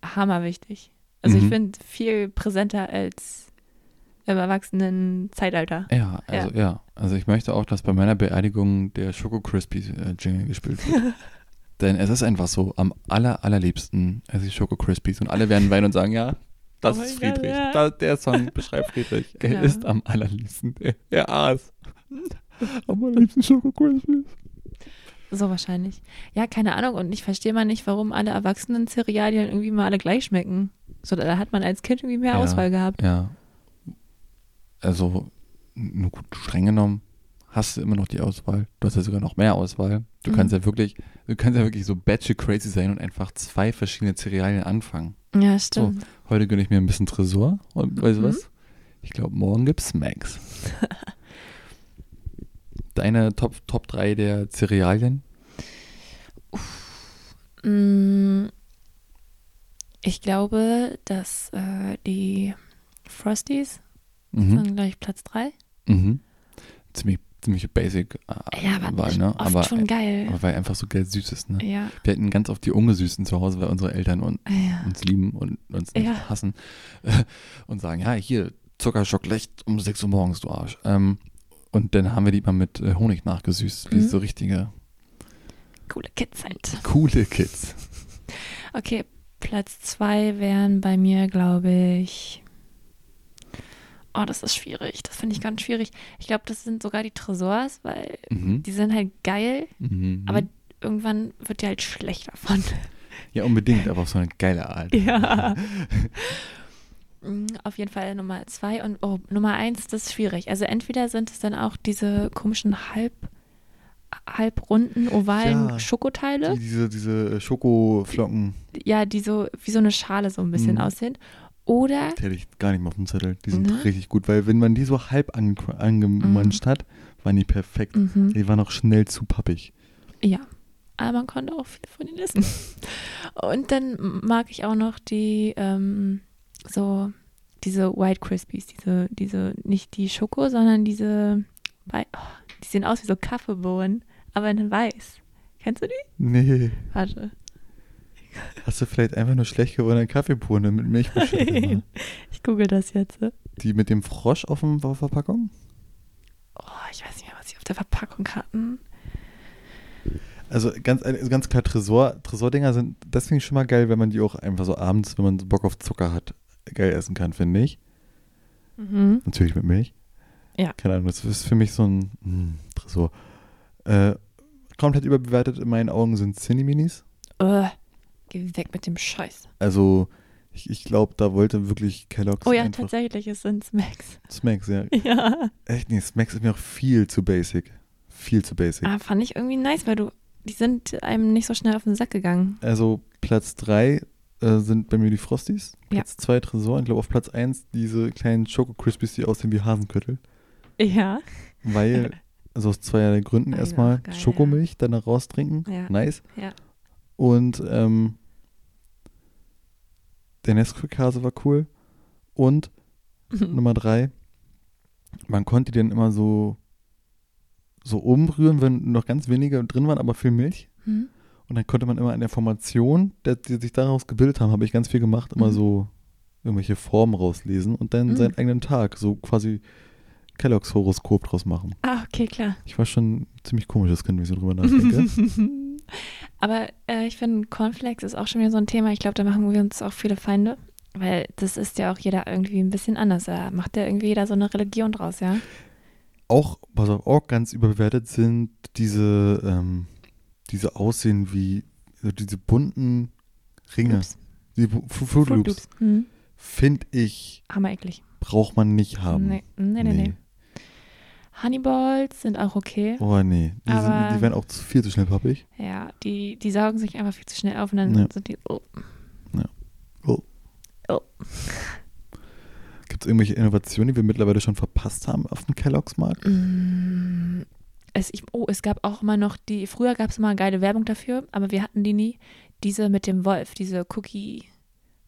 Speaker 2: hammerwichtig. Also ich
Speaker 5: Mhm.
Speaker 2: finde viel präsenter als im erwachsenen Zeitalter.
Speaker 5: Ja, also ja. Also ich möchte auch, dass bei meiner Beerdigung der Schoko Crispies äh, Jingle gespielt wird. Denn es ist einfach so, am aller, allerliebsten esse ich Schoko Crispies und alle werden weinen und sagen, ja, das
Speaker 2: Oh
Speaker 5: ist
Speaker 2: mein Gott,
Speaker 5: Friedrich.
Speaker 2: ja.
Speaker 5: Da, der Song beschreibt Friedrich. Er
Speaker 2: Genau.
Speaker 5: ist am allerliebsten. Er, er aß. Am allerliebsten Schoko Crispies.
Speaker 2: So wahrscheinlich. Ja, keine Ahnung. Und ich verstehe mal nicht, warum alle erwachsenen Cerealien irgendwie mal alle gleich schmecken. So, da hat man als Kind irgendwie mehr
Speaker 5: Ja.
Speaker 2: Auswahl gehabt.
Speaker 5: Ja. Also, nur gut, streng genommen hast du immer noch die Auswahl. Du hast ja sogar noch mehr Auswahl. Du
Speaker 2: Mhm.
Speaker 5: kannst ja wirklich, du kannst ja wirklich so batche crazy sein und einfach zwei verschiedene Cerealien anfangen.
Speaker 2: Mhm. Ja, stimmt.
Speaker 5: Heute gönne ich mir ein bisschen Tresor und weißt du
Speaker 2: Mhm.
Speaker 5: was? Ich glaube, morgen gibt's Max. Deine Top, Top 3 der Cerealien?
Speaker 2: Mm, Ich glaube, dass äh, die Frosties
Speaker 5: Mhm.
Speaker 2: sind gleich Platz 3.
Speaker 5: Mhm. Ziemlich, ziemlich basic äh,
Speaker 2: Ja, aber
Speaker 5: Wahl, ne?
Speaker 2: oft
Speaker 5: Aber,
Speaker 2: schon geil.
Speaker 5: aber weil einfach so geil süß ist, ne? Ah,
Speaker 2: Ja, Ah,
Speaker 5: Wir hatten ganz oft die Ungesüßten zu Hause, weil unsere Eltern un
Speaker 2: ja.
Speaker 5: uns lieben und uns nicht
Speaker 2: Ja.
Speaker 5: hassen äh, und sagen, ja, hier, Zuckerschock leicht um 6 Uhr morgens, du Arsch. Ähm, und dann haben wir die mal mit äh, Honig nachgesüßt, wie
Speaker 2: Mhm.
Speaker 5: so richtige
Speaker 2: Coole Kids halt.
Speaker 5: coole Kids.
Speaker 2: Okay, Platz 2 wären bei mir, glaube ich. Oh, das ist schwierig. Das finde ich ganz schwierig. Ich glaube, das sind sogar die Tresors, weil
Speaker 5: Mhm.
Speaker 2: die sind halt geil,
Speaker 5: Mhm.
Speaker 2: aber irgendwann wird dir halt schlecht davon.
Speaker 5: ja, unbedingt, aber auf so eine geile Art.
Speaker 2: Ja. Mm, Auf jeden Fall Nummer zwei und oh, Nummer eins, das ist schwierig. Also entweder sind es dann auch diese komischen halb, halbrunden, ovalen
Speaker 5: Ja.
Speaker 2: Schokoteile.
Speaker 5: Die, diese, diese Schokoflocken,
Speaker 2: ja, die so wie so eine Schale so ein bisschen
Speaker 5: Mhm.
Speaker 2: aussehen. Oder,
Speaker 5: die hätte ich gar nicht mehr auf dem Zettel. Die sind
Speaker 2: Ne?
Speaker 5: richtig gut, weil wenn man die so halb ange angemanscht hat, waren die perfekt.
Speaker 2: mhm,
Speaker 5: Die waren auch schnell zu pappig.
Speaker 2: ja, aber man konnte auch viel von ihnen essen. Und dann mag ich auch noch die, ähm, so, diese White Crispies, diese, diese, nicht die Schoko, sondern diese, wei- oh, die sehen aus wie so Kaffeebohnen, aber in weiß. Kennst du die?
Speaker 5: Nee.
Speaker 2: Warte.
Speaker 5: Hast du vielleicht einfach nur schlecht gewordene Kaffeebohne ne, mit Milch beschrieben?
Speaker 2: Ich google das jetzt. Oh,
Speaker 5: Die mit dem Frosch auf dem auf der Verpackung?
Speaker 2: ich weiß nicht mehr, was sie auf der Verpackung hatten.
Speaker 5: Also ganz, also ganz klar, Tresor, Tresordinger sind deswegen schon mal geil, wenn man die auch einfach so abends, wenn man so Bock auf Zucker hat, geil essen kann, finde ich.
Speaker 2: Mhm.
Speaker 5: Natürlich mit Milch.
Speaker 2: Ja.
Speaker 5: Keine Ahnung, das ist für mich so ein hm, Tresor. Äh, komplett überbewertet in meinen Augen sind Cineminis.
Speaker 2: Ugh. Geh weg mit dem Scheiß.
Speaker 5: Also ich, ich glaube, da wollte wirklich Kellogg's
Speaker 2: Oh ja,
Speaker 5: einfach
Speaker 2: tatsächlich, es sind Smacks.
Speaker 5: Smacks, ja.
Speaker 2: Ja.
Speaker 5: Echt nee, Smacks ist mir auch viel zu basic. Viel zu basic.
Speaker 2: Ah, fand ich irgendwie nice, weil du, die sind einem nicht so schnell auf den Sack gegangen.
Speaker 5: Also Platz 3 äh, sind bei mir die Frosties.
Speaker 2: Ja.
Speaker 5: Platz 2 Tresor. Ich glaube auf Platz 1 diese kleinen Schoko Crispies, die aussehen wie Hasenköttel.
Speaker 2: Ja.
Speaker 5: Weil, also aus zweierlei Gründen
Speaker 2: Ah, die sind
Speaker 5: erstmal
Speaker 2: auch geil,
Speaker 5: Schokomilch, danach raustrinken.
Speaker 2: Ja.
Speaker 5: Nice.
Speaker 2: Ja.
Speaker 5: Und ähm, der Nesquik-Hase war cool. Und Nummer 3, man konnte die dann immer so, so umrühren, wenn noch ganz wenige drin waren, aber viel Milch.
Speaker 2: Hm?
Speaker 5: Und dann konnte man immer an der Formation, der, die sich daraus gebildet haben, habe ich ganz viel gemacht, immer
Speaker 2: Mhm.
Speaker 5: so irgendwelche Formen rauslesen und dann
Speaker 2: Mhm.
Speaker 5: seinen eigenen Tag, so quasi Kelloggs Horoskop draus machen.
Speaker 2: Ah, okay, klar.
Speaker 5: Ich war schon ein ziemlich komisches Kind, wenn ich so drüber nachdenke.
Speaker 2: Aber äh, ich finde, Cornflakes ist auch schon wieder so ein Thema. Ich glaube, da machen wir uns auch viele Feinde. Weil das ist ja auch jeder irgendwie ein bisschen anders. Da macht ja irgendwie jeder so eine Religion draus, ja?
Speaker 5: auch, pass auf, auch ganz überbewertet sind diese, ähm, diese aussehen wie also diese bunten Ringe,
Speaker 2: Loops.
Speaker 5: die Bu- Fu- Fruit Loops,
Speaker 2: Hm.
Speaker 5: finde ich,
Speaker 2: Hammereklig.
Speaker 5: braucht man nicht haben.
Speaker 2: Nee, nee, nee. nee. Honeyballs sind auch okay.
Speaker 5: Oh nee, die,
Speaker 2: Aber-
Speaker 5: sind, die werden auch zu, viel zu schnell pappig.
Speaker 2: Ja, die, die saugen sich einfach viel zu schnell auf und dann
Speaker 5: Ja.
Speaker 2: sind die. Oh.
Speaker 5: Gibt es irgendwelche Innovationen, die wir mittlerweile schon verpasst haben auf dem Kelloggs-Markt?
Speaker 2: Mm, Es, ich, oh, es gab auch immer noch die, früher gab es immer geile Werbung dafür, aber wir hatten die nie. Diese mit dem Wolf, diese Cookie,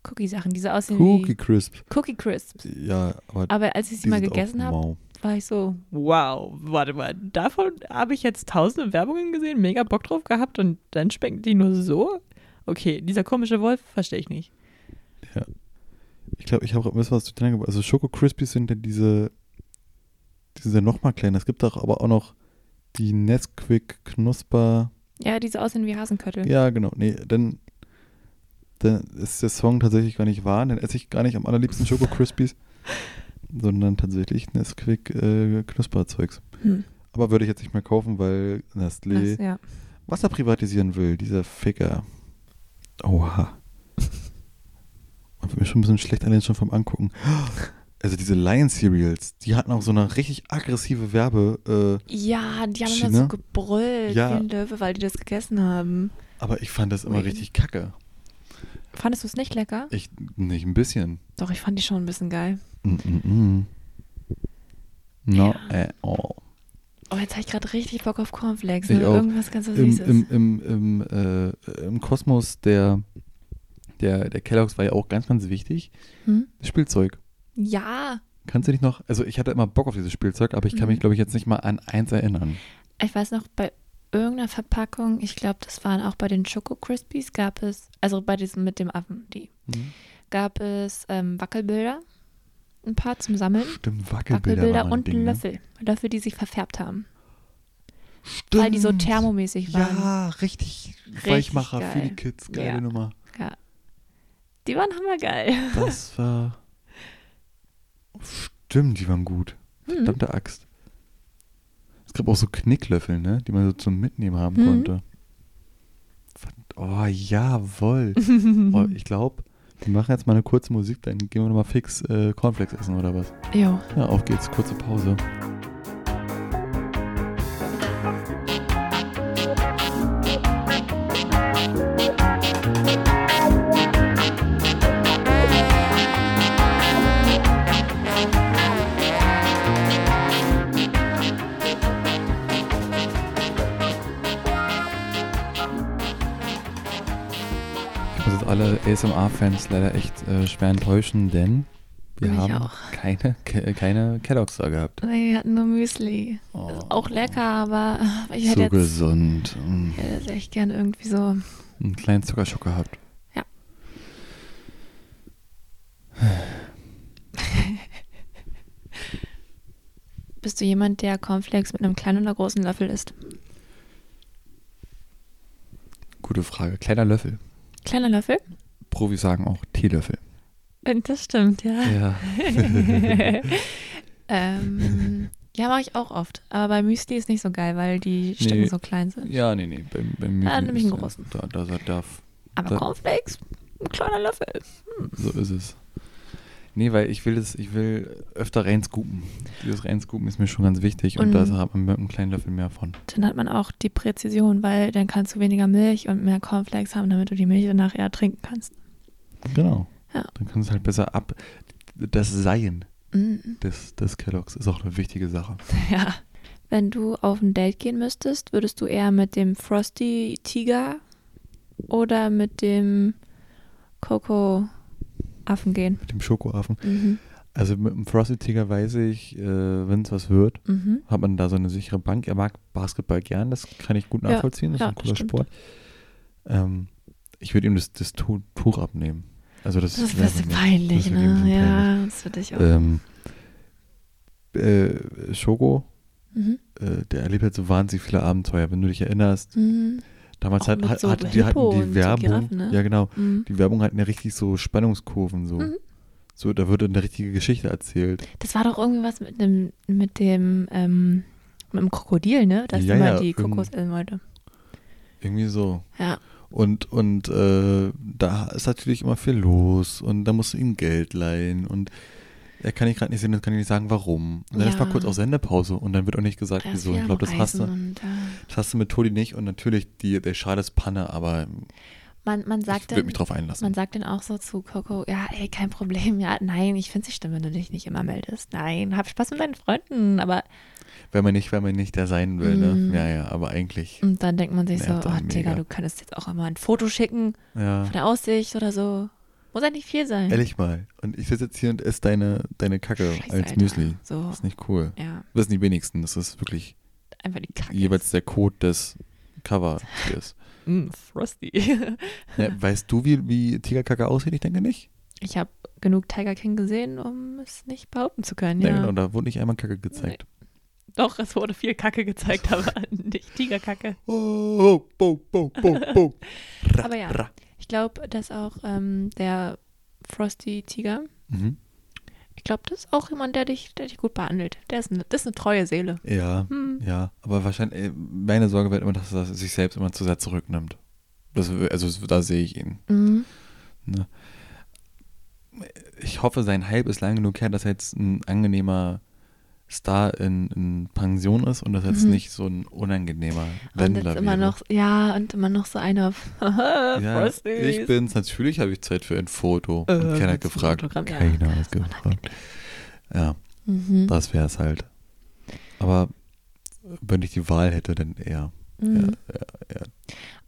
Speaker 2: Cookie-Sachen, diese aussehen
Speaker 5: Cookie Crisp.
Speaker 2: wie Cookie Crisps.
Speaker 5: Ja, aber
Speaker 2: Aber als ich sie
Speaker 5: die
Speaker 2: mal
Speaker 5: sind auch
Speaker 2: gegessen habe,
Speaker 5: mau.
Speaker 2: war ich so,
Speaker 1: Wow, warte mal, davon habe ich jetzt tausende Werbungen gesehen, mega Bock drauf gehabt und dann schmecken die nur so? Okay, dieser komische Wolf verstehe ich nicht.
Speaker 5: Ich glaube, ich habe gerade ein bisschen was durcheinander gebracht. Also Schoko Crispies sind ja diese, die sind ja nochmal kleiner. Es gibt auch aber auch noch die Nesquik Knusper.
Speaker 2: ja, diese aussehen wie Hasenköttel.
Speaker 5: Ja, genau. Nee, dann, dann ist der Song tatsächlich gar nicht wahr. Dann esse ich gar nicht am allerliebsten Schoko Crispies, sondern tatsächlich Nesquik äh, Knusperzeugs.
Speaker 2: Hm.
Speaker 5: Aber würde ich jetzt nicht mehr kaufen, weil
Speaker 2: Ach,
Speaker 5: Nestlé
Speaker 2: ja.
Speaker 5: was er privatisieren will, dieser Ficker. Oha. Man wird mir schon ein bisschen schlecht allein schon vom Angucken. Also diese Lion Serials, die hatten auch so eine richtig aggressive Werbe, äh,
Speaker 2: ja, die haben immer
Speaker 5: China?
Speaker 2: so gebrüllt
Speaker 5: Ja.
Speaker 2: wie ein Löwe, weil die das gegessen haben.
Speaker 5: aber ich fand das immer
Speaker 2: Ui.
Speaker 5: richtig kacke.
Speaker 2: Fandest du es nicht lecker?
Speaker 5: Ich, nicht ein bisschen.
Speaker 2: Doch, ich fand die schon ein bisschen geil.
Speaker 5: Mm -mm -mm. No eh, at all.
Speaker 2: Oh, jetzt habe ich gerade richtig Bock auf Cornflakes.
Speaker 5: Ich
Speaker 2: Ne?
Speaker 5: auch.
Speaker 2: Irgendwas ganz was
Speaker 5: Im,
Speaker 2: Süßes.
Speaker 5: im, im, im, äh, Im Kosmos der, der, der Kelloggs war ja auch ganz, ganz wichtig.
Speaker 2: Hm?
Speaker 5: Spielzeug.
Speaker 2: Ja,
Speaker 5: Kannst du dich noch, also ich hatte immer Bock auf dieses Spielzeug, aber ich kann
Speaker 2: Mhm.
Speaker 5: mich, glaube ich, jetzt nicht mal an eins erinnern.
Speaker 2: ich weiß noch, bei irgendeiner Verpackung, ich glaube, das waren auch bei den Schoko Crispies, gab es, also bei diesem mit dem Affen, die,
Speaker 5: Mhm.
Speaker 2: gab es ähm, Wackelbilder, ein paar zum Sammeln.
Speaker 5: Stimmt, Wackelbilder,
Speaker 2: Wackelbilder
Speaker 5: waren
Speaker 2: und
Speaker 5: ein Ding, ne?
Speaker 2: Löffel. Löffel, die sich verfärbt haben.
Speaker 5: Stimmt.
Speaker 2: Weil die so thermomäßig waren.
Speaker 5: Ja, richtig,
Speaker 2: Richtig
Speaker 5: Weichmacher für
Speaker 2: geil.
Speaker 5: die Kids, geile
Speaker 2: Ja.
Speaker 5: Nummer.
Speaker 2: Die waren hammergeil.
Speaker 5: Das war, stimmt, die waren gut.
Speaker 2: Hm.
Speaker 5: Verdammte Axt. Es gab auch so Knicklöffel, ne, die man so zum Mitnehmen haben
Speaker 2: Mhm.
Speaker 5: konnte. Verd- Oh, jawohl. oh, ich glaube, Wir machen jetzt mal eine kurze Musik, dann gehen wir nochmal fix äh, Cornflakes essen oder was.
Speaker 2: Jo.
Speaker 5: Ja, auf geht's, kurze Pause. Ich muss jetzt alle ASMR-Fans leider echt äh, schwer enttäuschen, denn wir
Speaker 2: Mich
Speaker 5: haben
Speaker 2: auch.
Speaker 5: keine, ke keine Kelloggs da gehabt.
Speaker 2: Nee, wir hatten nur Müsli.
Speaker 5: Oh,
Speaker 2: Ist auch lecker, aber äh, ich hätte
Speaker 5: so
Speaker 2: jetzt
Speaker 5: gesund. Mm.
Speaker 2: ich hätte jetzt echt gerne irgendwie so.
Speaker 5: Einen kleinen Zuckerschock gehabt.
Speaker 2: Ja. Bist du jemand, der Cornflakes mit einem kleinen oder großen Löffel isst?
Speaker 5: Gute Frage. Kleiner Löffel.
Speaker 2: Kleiner Löffel?
Speaker 5: Profis sagen auch Teelöffel.
Speaker 2: Äh, Das stimmt, ja.
Speaker 5: Ja.
Speaker 2: ähm, ja, mache ich auch oft. Aber bei Müsli ist nicht so geil, weil die Stücken
Speaker 5: Nee.
Speaker 2: so klein sind.
Speaker 5: Ja, nee, nee. Bei, bei mir
Speaker 2: Ah, nämlich
Speaker 5: ist-
Speaker 2: einen großen.
Speaker 5: Da, da, da, da,
Speaker 2: Aber
Speaker 5: Da-
Speaker 2: Cornflakes? Ein kleiner Löffel.
Speaker 5: so ist es. Nee, weil ich will das, ich will öfter reinscoopen. Dieses Reinscoopen ist mir schon ganz wichtig und,
Speaker 2: Und-
Speaker 5: da hat man mit einem kleinen Löffel mehr von.
Speaker 2: Dann hat man auch die Präzision, weil dann kannst du weniger Milch und mehr Cornflakes haben, damit du die Milch danach eher trinken kannst.
Speaker 5: Genau.
Speaker 2: Ja.
Speaker 5: Dann kann es halt besser ab. Das Sein
Speaker 2: Mm,
Speaker 5: des, des Kelloggs ist auch eine wichtige Sache.
Speaker 2: ja. Wenn du auf ein Date gehen müsstest, würdest du eher mit dem Frosty Tiger oder mit dem Coco Affen gehen?
Speaker 5: Mit dem Schokoaffen.
Speaker 2: Mhm.
Speaker 5: Also mit dem Frosty Tiger weiß ich, äh, wenn es was wird,
Speaker 2: Mhm.
Speaker 5: hat man da so eine sichere Bank. Er mag Basketball gern, das kann ich gut
Speaker 2: Ja,
Speaker 5: nachvollziehen, das
Speaker 2: ja,
Speaker 5: ist ein
Speaker 2: das
Speaker 5: cooler
Speaker 2: stimmt.
Speaker 5: Sport. Ähm, ich würde ihm das, das Tu- Tuch abnehmen. Also das,
Speaker 2: Das ist ein
Speaker 5: wäre
Speaker 2: bisschen
Speaker 5: mir-
Speaker 2: peinlich,
Speaker 5: das wäre mir ein
Speaker 2: ne?
Speaker 5: bisschen
Speaker 2: Ja, das würde ich auch.
Speaker 5: Ähm, äh, Shogo,
Speaker 2: Mhm.
Speaker 5: äh, der erlebt halt so wahnsinnig viele Abenteuer. Wenn du dich erinnerst,
Speaker 2: Mhm.
Speaker 5: damals
Speaker 2: Auch
Speaker 5: hat,
Speaker 2: mit
Speaker 5: hat,
Speaker 2: so
Speaker 5: hatte- die hatten
Speaker 2: Hippo und
Speaker 5: die
Speaker 2: so
Speaker 5: Werbung,
Speaker 2: Giraffen, ne?
Speaker 5: ja genau,
Speaker 2: Mhm.
Speaker 5: die Werbung hatten ja richtig so Spannungskurven so.
Speaker 2: Mhm.
Speaker 5: So, da wird eine richtige Geschichte erzählt.
Speaker 2: Das war doch irgendwas mit dem, mit dem, ähm, mit dem Krokodil, ne? Dass
Speaker 5: Ja,
Speaker 2: immer
Speaker 5: ja,
Speaker 2: die
Speaker 5: irgend-
Speaker 2: Kokos essen wollte.
Speaker 5: Irgendwie so.
Speaker 2: Ja.
Speaker 5: Und, und äh, da ist natürlich immer viel los und da musst du ihm Geld leihen und er kann ich gerade nicht sehen, das kann ich nicht sagen, warum. Und dann ist
Speaker 2: Ja.
Speaker 5: mal kurz auf Sendepause und dann wird auch nicht gesagt,
Speaker 2: Da ist
Speaker 5: wieso.
Speaker 2: wieder
Speaker 5: Ich glaube, das
Speaker 2: am
Speaker 5: hast du,
Speaker 2: Reisen Und, äh,
Speaker 5: das hast du mit Todi nicht und natürlich die, der Schade ist Panne, aber
Speaker 2: man, man
Speaker 5: ich
Speaker 2: sagt
Speaker 5: würde
Speaker 2: dann,
Speaker 5: mich drauf einlassen.
Speaker 2: man sagt dann auch so zu Coco, ja, ey, kein Problem, ja, nein, ich finde es nicht schlimm, wenn du dich nicht immer meldest. Nein, hab Spaß mit deinen Freunden, aber
Speaker 5: wenn man nicht, wenn man nicht da sein will,
Speaker 2: Mhm.
Speaker 5: ne? Ja, ja, aber eigentlich,
Speaker 2: und dann denkt man sich
Speaker 5: Nervt
Speaker 2: so,
Speaker 5: auch
Speaker 2: oh, Digga,
Speaker 5: mega.
Speaker 2: du könntest jetzt auch immer ein Foto schicken
Speaker 5: ja.
Speaker 2: von der Aussicht oder so. Muss ja nicht viel sein.
Speaker 5: Ehrlich mal. Und ich sitze jetzt hier und esse deine, deine Kacke
Speaker 2: Scheiße,
Speaker 5: als
Speaker 2: Alter.
Speaker 5: Müsli.
Speaker 2: So,
Speaker 5: Das ist nicht cool.
Speaker 2: ja,
Speaker 5: Das sind die wenigsten. Das ist wirklich
Speaker 2: einfach die Kacke.
Speaker 5: jeweils der Code des Cover ist.
Speaker 1: Mm, frosty.
Speaker 5: Ne, weißt du, wie, wie Tigerkacke aussieht? Ich denke nicht.
Speaker 2: Ich habe genug Tiger King gesehen, um es nicht behaupten zu können.
Speaker 5: Ja.
Speaker 2: Ja.
Speaker 5: Ne, genau, da wurde nicht einmal Kacke gezeigt.
Speaker 1: Doch, es wurde viel Kacke gezeigt, aber nicht Tigerkacke.
Speaker 5: Oh, oh, oh, oh, oh, oh. Ra,
Speaker 2: Aber ja.
Speaker 5: ra.
Speaker 2: Ich glaube, dass auch ähm, der Frosty Tiger,
Speaker 5: Mhm.
Speaker 2: ich glaube, das ist auch jemand, der dich, der dich gut behandelt. Der ist eine, das ist eine treue Seele.
Speaker 5: Ja,
Speaker 2: Hm.
Speaker 5: ja. Aber wahrscheinlich, äh, meine Sorge wird immer, dass er sich selbst immer zu sehr zurücknimmt. Das, also das- da sehe ich ihn.
Speaker 2: Mhm.
Speaker 5: Ich hoffe, sein Hype ist lang genug her, dass er jetzt ein angenehmer Star in, in Pension ist und dass er jetzt
Speaker 2: Mhm.
Speaker 5: nicht so ein unangenehmer
Speaker 2: Und
Speaker 5: Wendler
Speaker 2: jetzt immer
Speaker 5: wäre.
Speaker 2: noch, ja, und immer noch so einer auf
Speaker 5: Ja, ich
Speaker 2: Frosties.
Speaker 5: bin's. Natürlich habe ich Zeit für ein Foto. Und keiner
Speaker 1: Äh,
Speaker 5: hat
Speaker 1: willst du ein
Speaker 5: gefragt.
Speaker 1: Autogramm? Ja,
Speaker 5: Keiner hat gefragt. Ja,
Speaker 2: Mhm.
Speaker 5: das wäre es halt. Aber wenn ich die Wahl hätte, dann eher.
Speaker 2: Mhm.
Speaker 5: ja.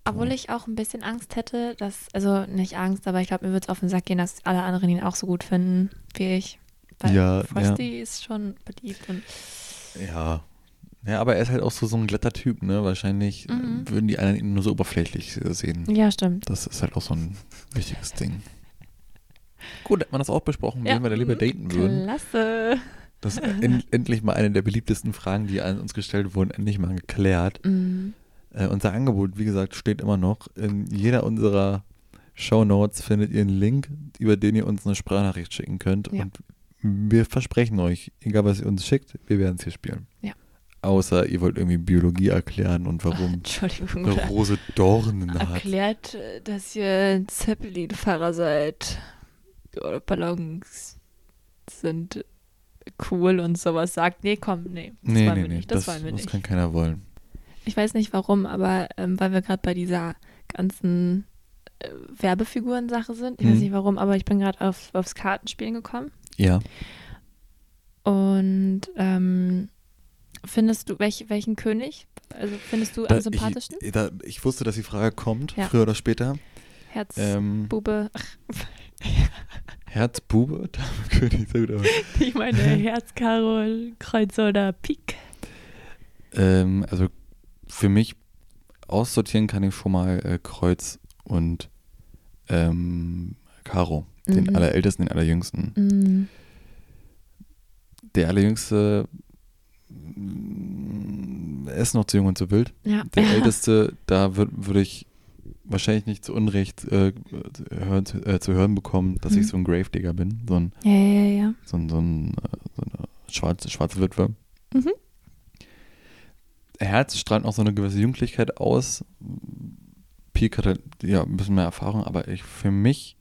Speaker 2: Obwohl ich auch ein bisschen Angst hätte, dass, also nicht Angst, aber ich glaube, mir würde es auf den Sack gehen, dass alle anderen ihn auch so gut finden wie ich. Weil
Speaker 5: Ja, ja.
Speaker 2: Frosty ist schon beliebt und
Speaker 5: Ja. Ja, aber er ist halt auch so, so ein glatter Typ, ne? Wahrscheinlich äh,
Speaker 2: Mhm.
Speaker 5: würden die anderen ihn nur so oberflächlich äh, sehen.
Speaker 2: ja, stimmt.
Speaker 5: Das ist halt auch so ein wichtiges Ding. Gut, hat man das auch besprochen,
Speaker 2: Ja. Mhm. Äh.
Speaker 5: wen wir da lieber daten würden.
Speaker 2: Klasse.
Speaker 5: Das ist en endlich mal eine der beliebtesten Fragen, die an uns gestellt wurden, endlich mal geklärt.
Speaker 2: Mhm.
Speaker 5: Äh, unser Angebot, wie gesagt, steht immer noch. In jeder unserer Show Notes findet ihr einen Link, über den ihr uns eine Sprachnachricht schicken könnt.
Speaker 2: Ja.
Speaker 5: Und wir versprechen euch, egal was ihr uns schickt, wir werden es hier spielen.
Speaker 2: Ja.
Speaker 5: Außer ihr wollt irgendwie Biologie erklären und warum
Speaker 2: Entschuldigung.
Speaker 5: eine Rose Dornen hat.
Speaker 2: äh, Erklärt, dass ihr ein Zeppelin-Fahrer seid. oder Ballons sind cool und sowas sagt. Nee, komm, nee. Das
Speaker 5: nee,
Speaker 2: wollen
Speaker 5: nee,
Speaker 2: wir
Speaker 5: nee.
Speaker 2: nicht.
Speaker 5: das
Speaker 2: Das, wollen wir
Speaker 5: das
Speaker 2: nicht.
Speaker 5: kann keiner wollen.
Speaker 2: Ich weiß nicht warum, aber ähm, weil wir gerade bei dieser ganzen äh, Werbefiguren-Sache sind. Ich
Speaker 5: Mhm.
Speaker 2: weiß nicht warum, aber ich bin gerade auf, aufs Kartenspielen gekommen.
Speaker 5: Ja.
Speaker 2: Und ähm, findest du, welch, welchen König? Also findest du
Speaker 5: Da-
Speaker 2: am sympathischsten?
Speaker 5: Äh, Ich, da, ich wusste, dass die Frage kommt,
Speaker 2: Ja.
Speaker 5: früher oder später.
Speaker 2: Herz,
Speaker 5: Ähm,
Speaker 2: Bube. Ach,
Speaker 5: Herz, Bube, Dame, König, sehr gut. aber-
Speaker 2: ich meine, Herz, Karol, Kreuz oder Pik.
Speaker 5: Ähm, also für mich aussortieren kann ich schon mal äh, Kreuz und ähm, Karo, den
Speaker 2: Mhm.
Speaker 5: allerältesten, den allerjüngsten. Der allerjüngste mm, er ist noch zu jung und zu wild.
Speaker 2: Ja.
Speaker 5: Der älteste, da wür- würde ich wahrscheinlich nicht zu Unrecht äh, zu hören, zu, äh, zu hören bekommen, dass
Speaker 2: Mhm.
Speaker 5: ich so ein Gravedigger bin, so ein
Speaker 2: Ja, ja, ja.
Speaker 5: so, ein, so, ein, äh, so eine schwarze, schwarze Witwe.
Speaker 2: Mhm.
Speaker 5: Herz strahlt noch so eine gewisse Jugendlichkeit aus. Pik hatte ja ein bisschen mehr Erfahrung, aber ich, für mich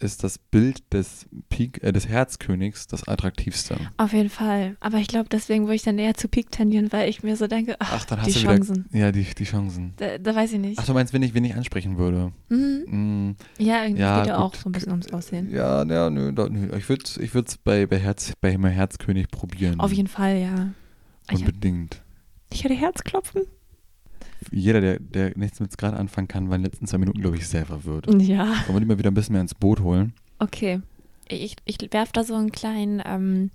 Speaker 5: ist das Bild des Pik, äh, des Herzkönigs das attraktivste.
Speaker 2: Auf jeden Fall. Aber ich glaube, deswegen würde ich dann eher zu Pik tendieren, weil ich mir so denke, ach,
Speaker 5: Ach, dann
Speaker 2: die
Speaker 5: hast du
Speaker 2: Chancen.
Speaker 5: wieder. Ja, die, die Chancen.
Speaker 2: Da, da weiß ich nicht.
Speaker 5: Ach, du meinst, wenn ich, wenn ich ansprechen würde?
Speaker 2: Mhm.
Speaker 5: Mm,
Speaker 2: Ja, irgendwie
Speaker 5: Ja,
Speaker 2: geht ja
Speaker 5: gut.
Speaker 2: auch so ein bisschen ums Aussehen.
Speaker 5: ja, ja, nö, da, nö. Ich würde es ich würd's bei, bei, Herz, bei meinem Herzkönig probieren.
Speaker 2: Auf jeden Fall, ja. Ich hab-
Speaker 5: Unbedingt.
Speaker 2: Ich hatte Herzklopfen.
Speaker 5: Jeder, der, der nichts mit gerade anfangen kann, war in den letzten zwei Minuten, glaube ich, sehr verwirrt.
Speaker 2: Ja.
Speaker 5: Wollen wir die mal wieder ein bisschen mehr ins Boot holen?
Speaker 2: Okay. Ich, ich werf da so einen kleinen, ähm,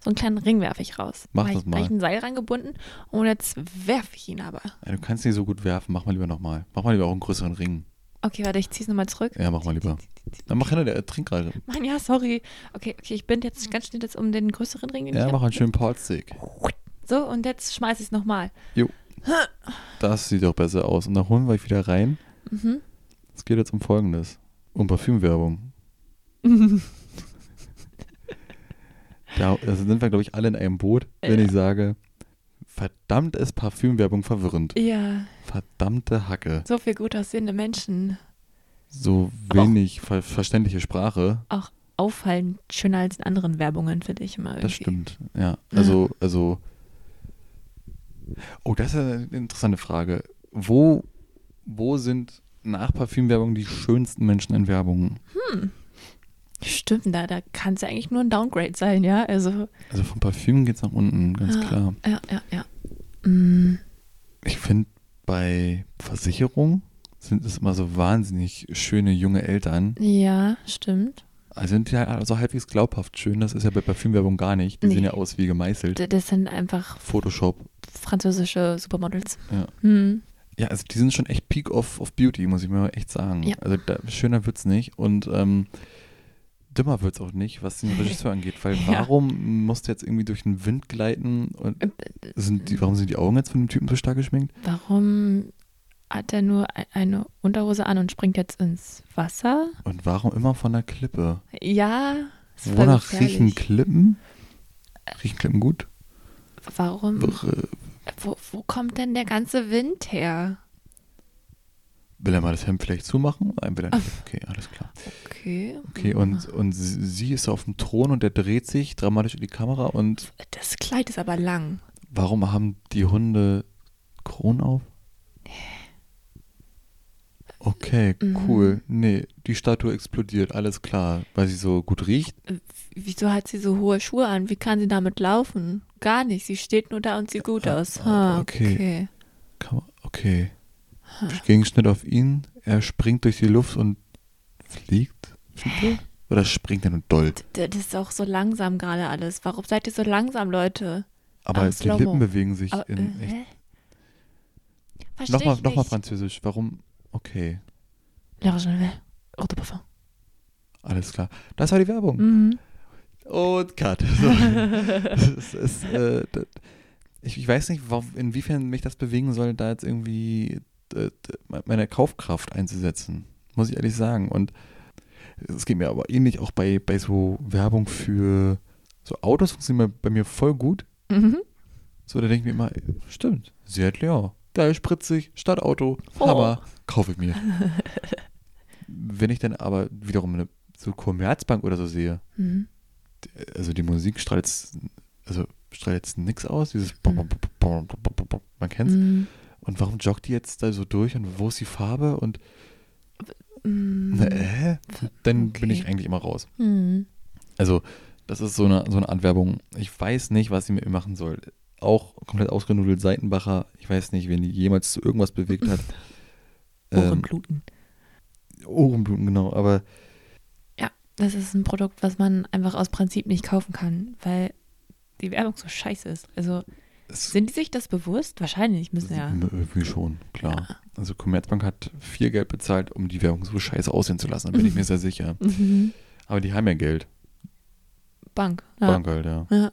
Speaker 2: so einen kleinen Ring werfe ich raus.
Speaker 5: Mach
Speaker 2: Weil
Speaker 5: das
Speaker 2: ich, weil
Speaker 5: mal.
Speaker 2: ich ein Seil rangebunden und jetzt werfe ich ihn aber.
Speaker 5: Ey, Du kannst nicht so gut werfen, mach mal lieber nochmal. Mach mal lieber auch einen größeren Ring.
Speaker 2: Okay, warte, ich zieh's nochmal zurück.
Speaker 5: Ja, mach mal lieber. Dann mach einer, der trinkt gerade.
Speaker 2: Mann, ja, sorry. Okay, okay, ich bin jetzt ganz schnell jetzt um den größeren Ring. Den ich
Speaker 5: Ja,
Speaker 2: hab.
Speaker 5: mach einen schönen Portstick.
Speaker 2: So, und jetzt schmeiß ich's nochmal.
Speaker 5: Das sieht doch besser aus. Und dann holen wir euch wieder rein.
Speaker 2: Mhm.
Speaker 5: Es geht jetzt um Folgendes. Um Parfümwerbung. da, da sind wir, glaube ich, alle in einem Boot, wenn ich sage, verdammt ist Parfümwerbung verwirrend.
Speaker 2: Ja,
Speaker 5: Verdammte Hacke.
Speaker 2: so viel gut aussehende Menschen.
Speaker 5: So
Speaker 2: Aber auch-
Speaker 5: wenig ver verständliche Sprache.
Speaker 2: Auffallend schöner als in anderen Werbungen, finde ich immer. Irgendwie. Mhm.
Speaker 5: Das stimmt, ja. Also, also. Oh, das ist eine interessante Frage. Wo, wo sind nach Parfümwerbung die schönsten Menschen in Werbung?
Speaker 2: Stimmt, da, da kann es ja eigentlich nur ein Downgrade sein, ja? Also,
Speaker 5: Also vom Parfüm geht's nach unten, ganz
Speaker 2: Ah.
Speaker 5: klar.
Speaker 2: ja, ja, ja. Mm,
Speaker 5: Ich finde, bei Versicherung sind es immer so wahnsinnig schöne junge Eltern.
Speaker 2: ja, stimmt.
Speaker 5: Also sind die halt also halbwegs glaubhaft schön. Das ist ja bei Parfümwerbung gar nicht. Die sehen
Speaker 2: Nee.
Speaker 5: ja aus wie gemeißelt.
Speaker 2: D- Das sind einfach
Speaker 5: Photoshop.
Speaker 2: französische Supermodels.
Speaker 5: Ja.
Speaker 2: Hm.
Speaker 5: Ja, also die sind schon echt Peak of, of Beauty, muss ich mir mal echt sagen.
Speaker 2: Ja.
Speaker 5: Also da, schöner wird's nicht und ähm, dümmer wird's auch nicht, was den Regisseur angeht. Weil
Speaker 2: Ja.
Speaker 5: warum musst du jetzt irgendwie durch den Wind gleiten und
Speaker 2: Äh,
Speaker 5: sind die, warum sind die Augen jetzt von dem Typen so stark geschminkt?
Speaker 2: Warum hat er nur e- eine Unterhose an und springt jetzt ins Wasser?
Speaker 5: Und warum immer von der Klippe?
Speaker 2: Ja, ist voll
Speaker 5: Wonach riechen
Speaker 2: gefährlich.
Speaker 5: Klippen? Riechen Klippen gut? äh,
Speaker 2: Warum?
Speaker 5: Wirre.
Speaker 2: Wo, wo kommt denn der ganze Wind her?
Speaker 5: Will er mal das Hemd vielleicht zumachen? Nein, will er nicht. Okay, alles klar.
Speaker 2: Okay.
Speaker 5: Okay, und, und sie sie ist auf dem Thron und der dreht sich dramatisch in die Kamera und
Speaker 2: Das Kleid ist aber lang.
Speaker 5: Warum haben die Hunde Kronen auf? Okay,
Speaker 2: Mhm.
Speaker 5: cool. Nee, die Statue explodiert, alles klar. Weil sie so gut riecht?
Speaker 2: W- Wieso hat sie so hohe Schuhe an? Wie kann sie damit laufen? Gar nicht. Sie steht nur da und sieht gut
Speaker 5: Ah,
Speaker 2: aus. Ha,
Speaker 5: okay.
Speaker 2: okay.
Speaker 5: Kann man, okay. Gegenschnitt auf ihn, er springt durch die Luft und fliegt? Fliegt er? Oder springt er nur doll?
Speaker 2: D- Das ist auch so langsam gerade alles. Warum seid ihr so langsam, Leute?
Speaker 5: Aber
Speaker 2: Aber
Speaker 5: die
Speaker 2: Slow-Mo.
Speaker 5: Lippen bewegen sich
Speaker 2: Aber,
Speaker 5: in
Speaker 2: äh,
Speaker 5: echt.
Speaker 2: hä? Versteh
Speaker 5: Nochmal,
Speaker 2: ich
Speaker 5: nochmal
Speaker 2: nicht.
Speaker 5: französisch. Warum? Okay,
Speaker 2: La Roche-Nouvelle. Rote Parfum.
Speaker 5: alles klar. Das war die Werbung.
Speaker 2: Mhm.
Speaker 5: Und Cut. So. das ist, äh, das, ich, ich weiß nicht, warum, inwiefern mich das bewegen soll, da jetzt irgendwie äh, d- meine Kaufkraft einzusetzen. Muss ich ehrlich sagen. Und es geht mir aber ähnlich auch bei, bei so Werbung für so Autos funktionieren bei bei mir voll gut.
Speaker 2: Mhm.
Speaker 5: So, da denke ich mir immer, stimmt, Seat Leon, geil, spritzig, Stadtauto, Hammer, kaufe ich mir. Wenn ich dann aber wiederum eine so Commerzbank oder so sehe,
Speaker 2: Mhm.
Speaker 5: also die Musik strahlt jetzt- also strahlt jetzt nix aus, dieses bom, bom, bom, bom, bom, bom, man kennt's.
Speaker 2: Mhm.
Speaker 5: Und warum joggt die jetzt da so durch und wo ist die Farbe und
Speaker 2: Mhm.
Speaker 5: na, äh, dann bin ich
Speaker 2: Okay.
Speaker 5: eigentlich immer raus.
Speaker 2: Mhm.
Speaker 5: Also, das ist so eine, so eine Art Werbung. Ich weiß nicht, was sie mit mir machen soll. Auch komplett ausgenudelt Seitenbacher. Ich weiß nicht, wen die jemals zu irgendwas bewegt hat.
Speaker 2: Ohrenbluten.
Speaker 5: Ähm, Ohrenbluten, genau. Aber
Speaker 2: Das ist ein Produkt, was man einfach aus Prinzip nicht kaufen kann, weil die Werbung so scheiße ist. Also
Speaker 5: es
Speaker 2: sind die sich das bewusst? Wahrscheinlich müssen ja.
Speaker 5: m- irgendwie schon, klar.
Speaker 2: Ja.
Speaker 5: Also, Commerzbank hat viel Geld bezahlt, um die Werbung so scheiße aussehen zu lassen. Da bin ich mir sehr sicher.
Speaker 2: Mhm.
Speaker 5: Aber die haben ja Geld.
Speaker 2: Bank. Ja.
Speaker 5: Bank halt, ja.
Speaker 2: Ja.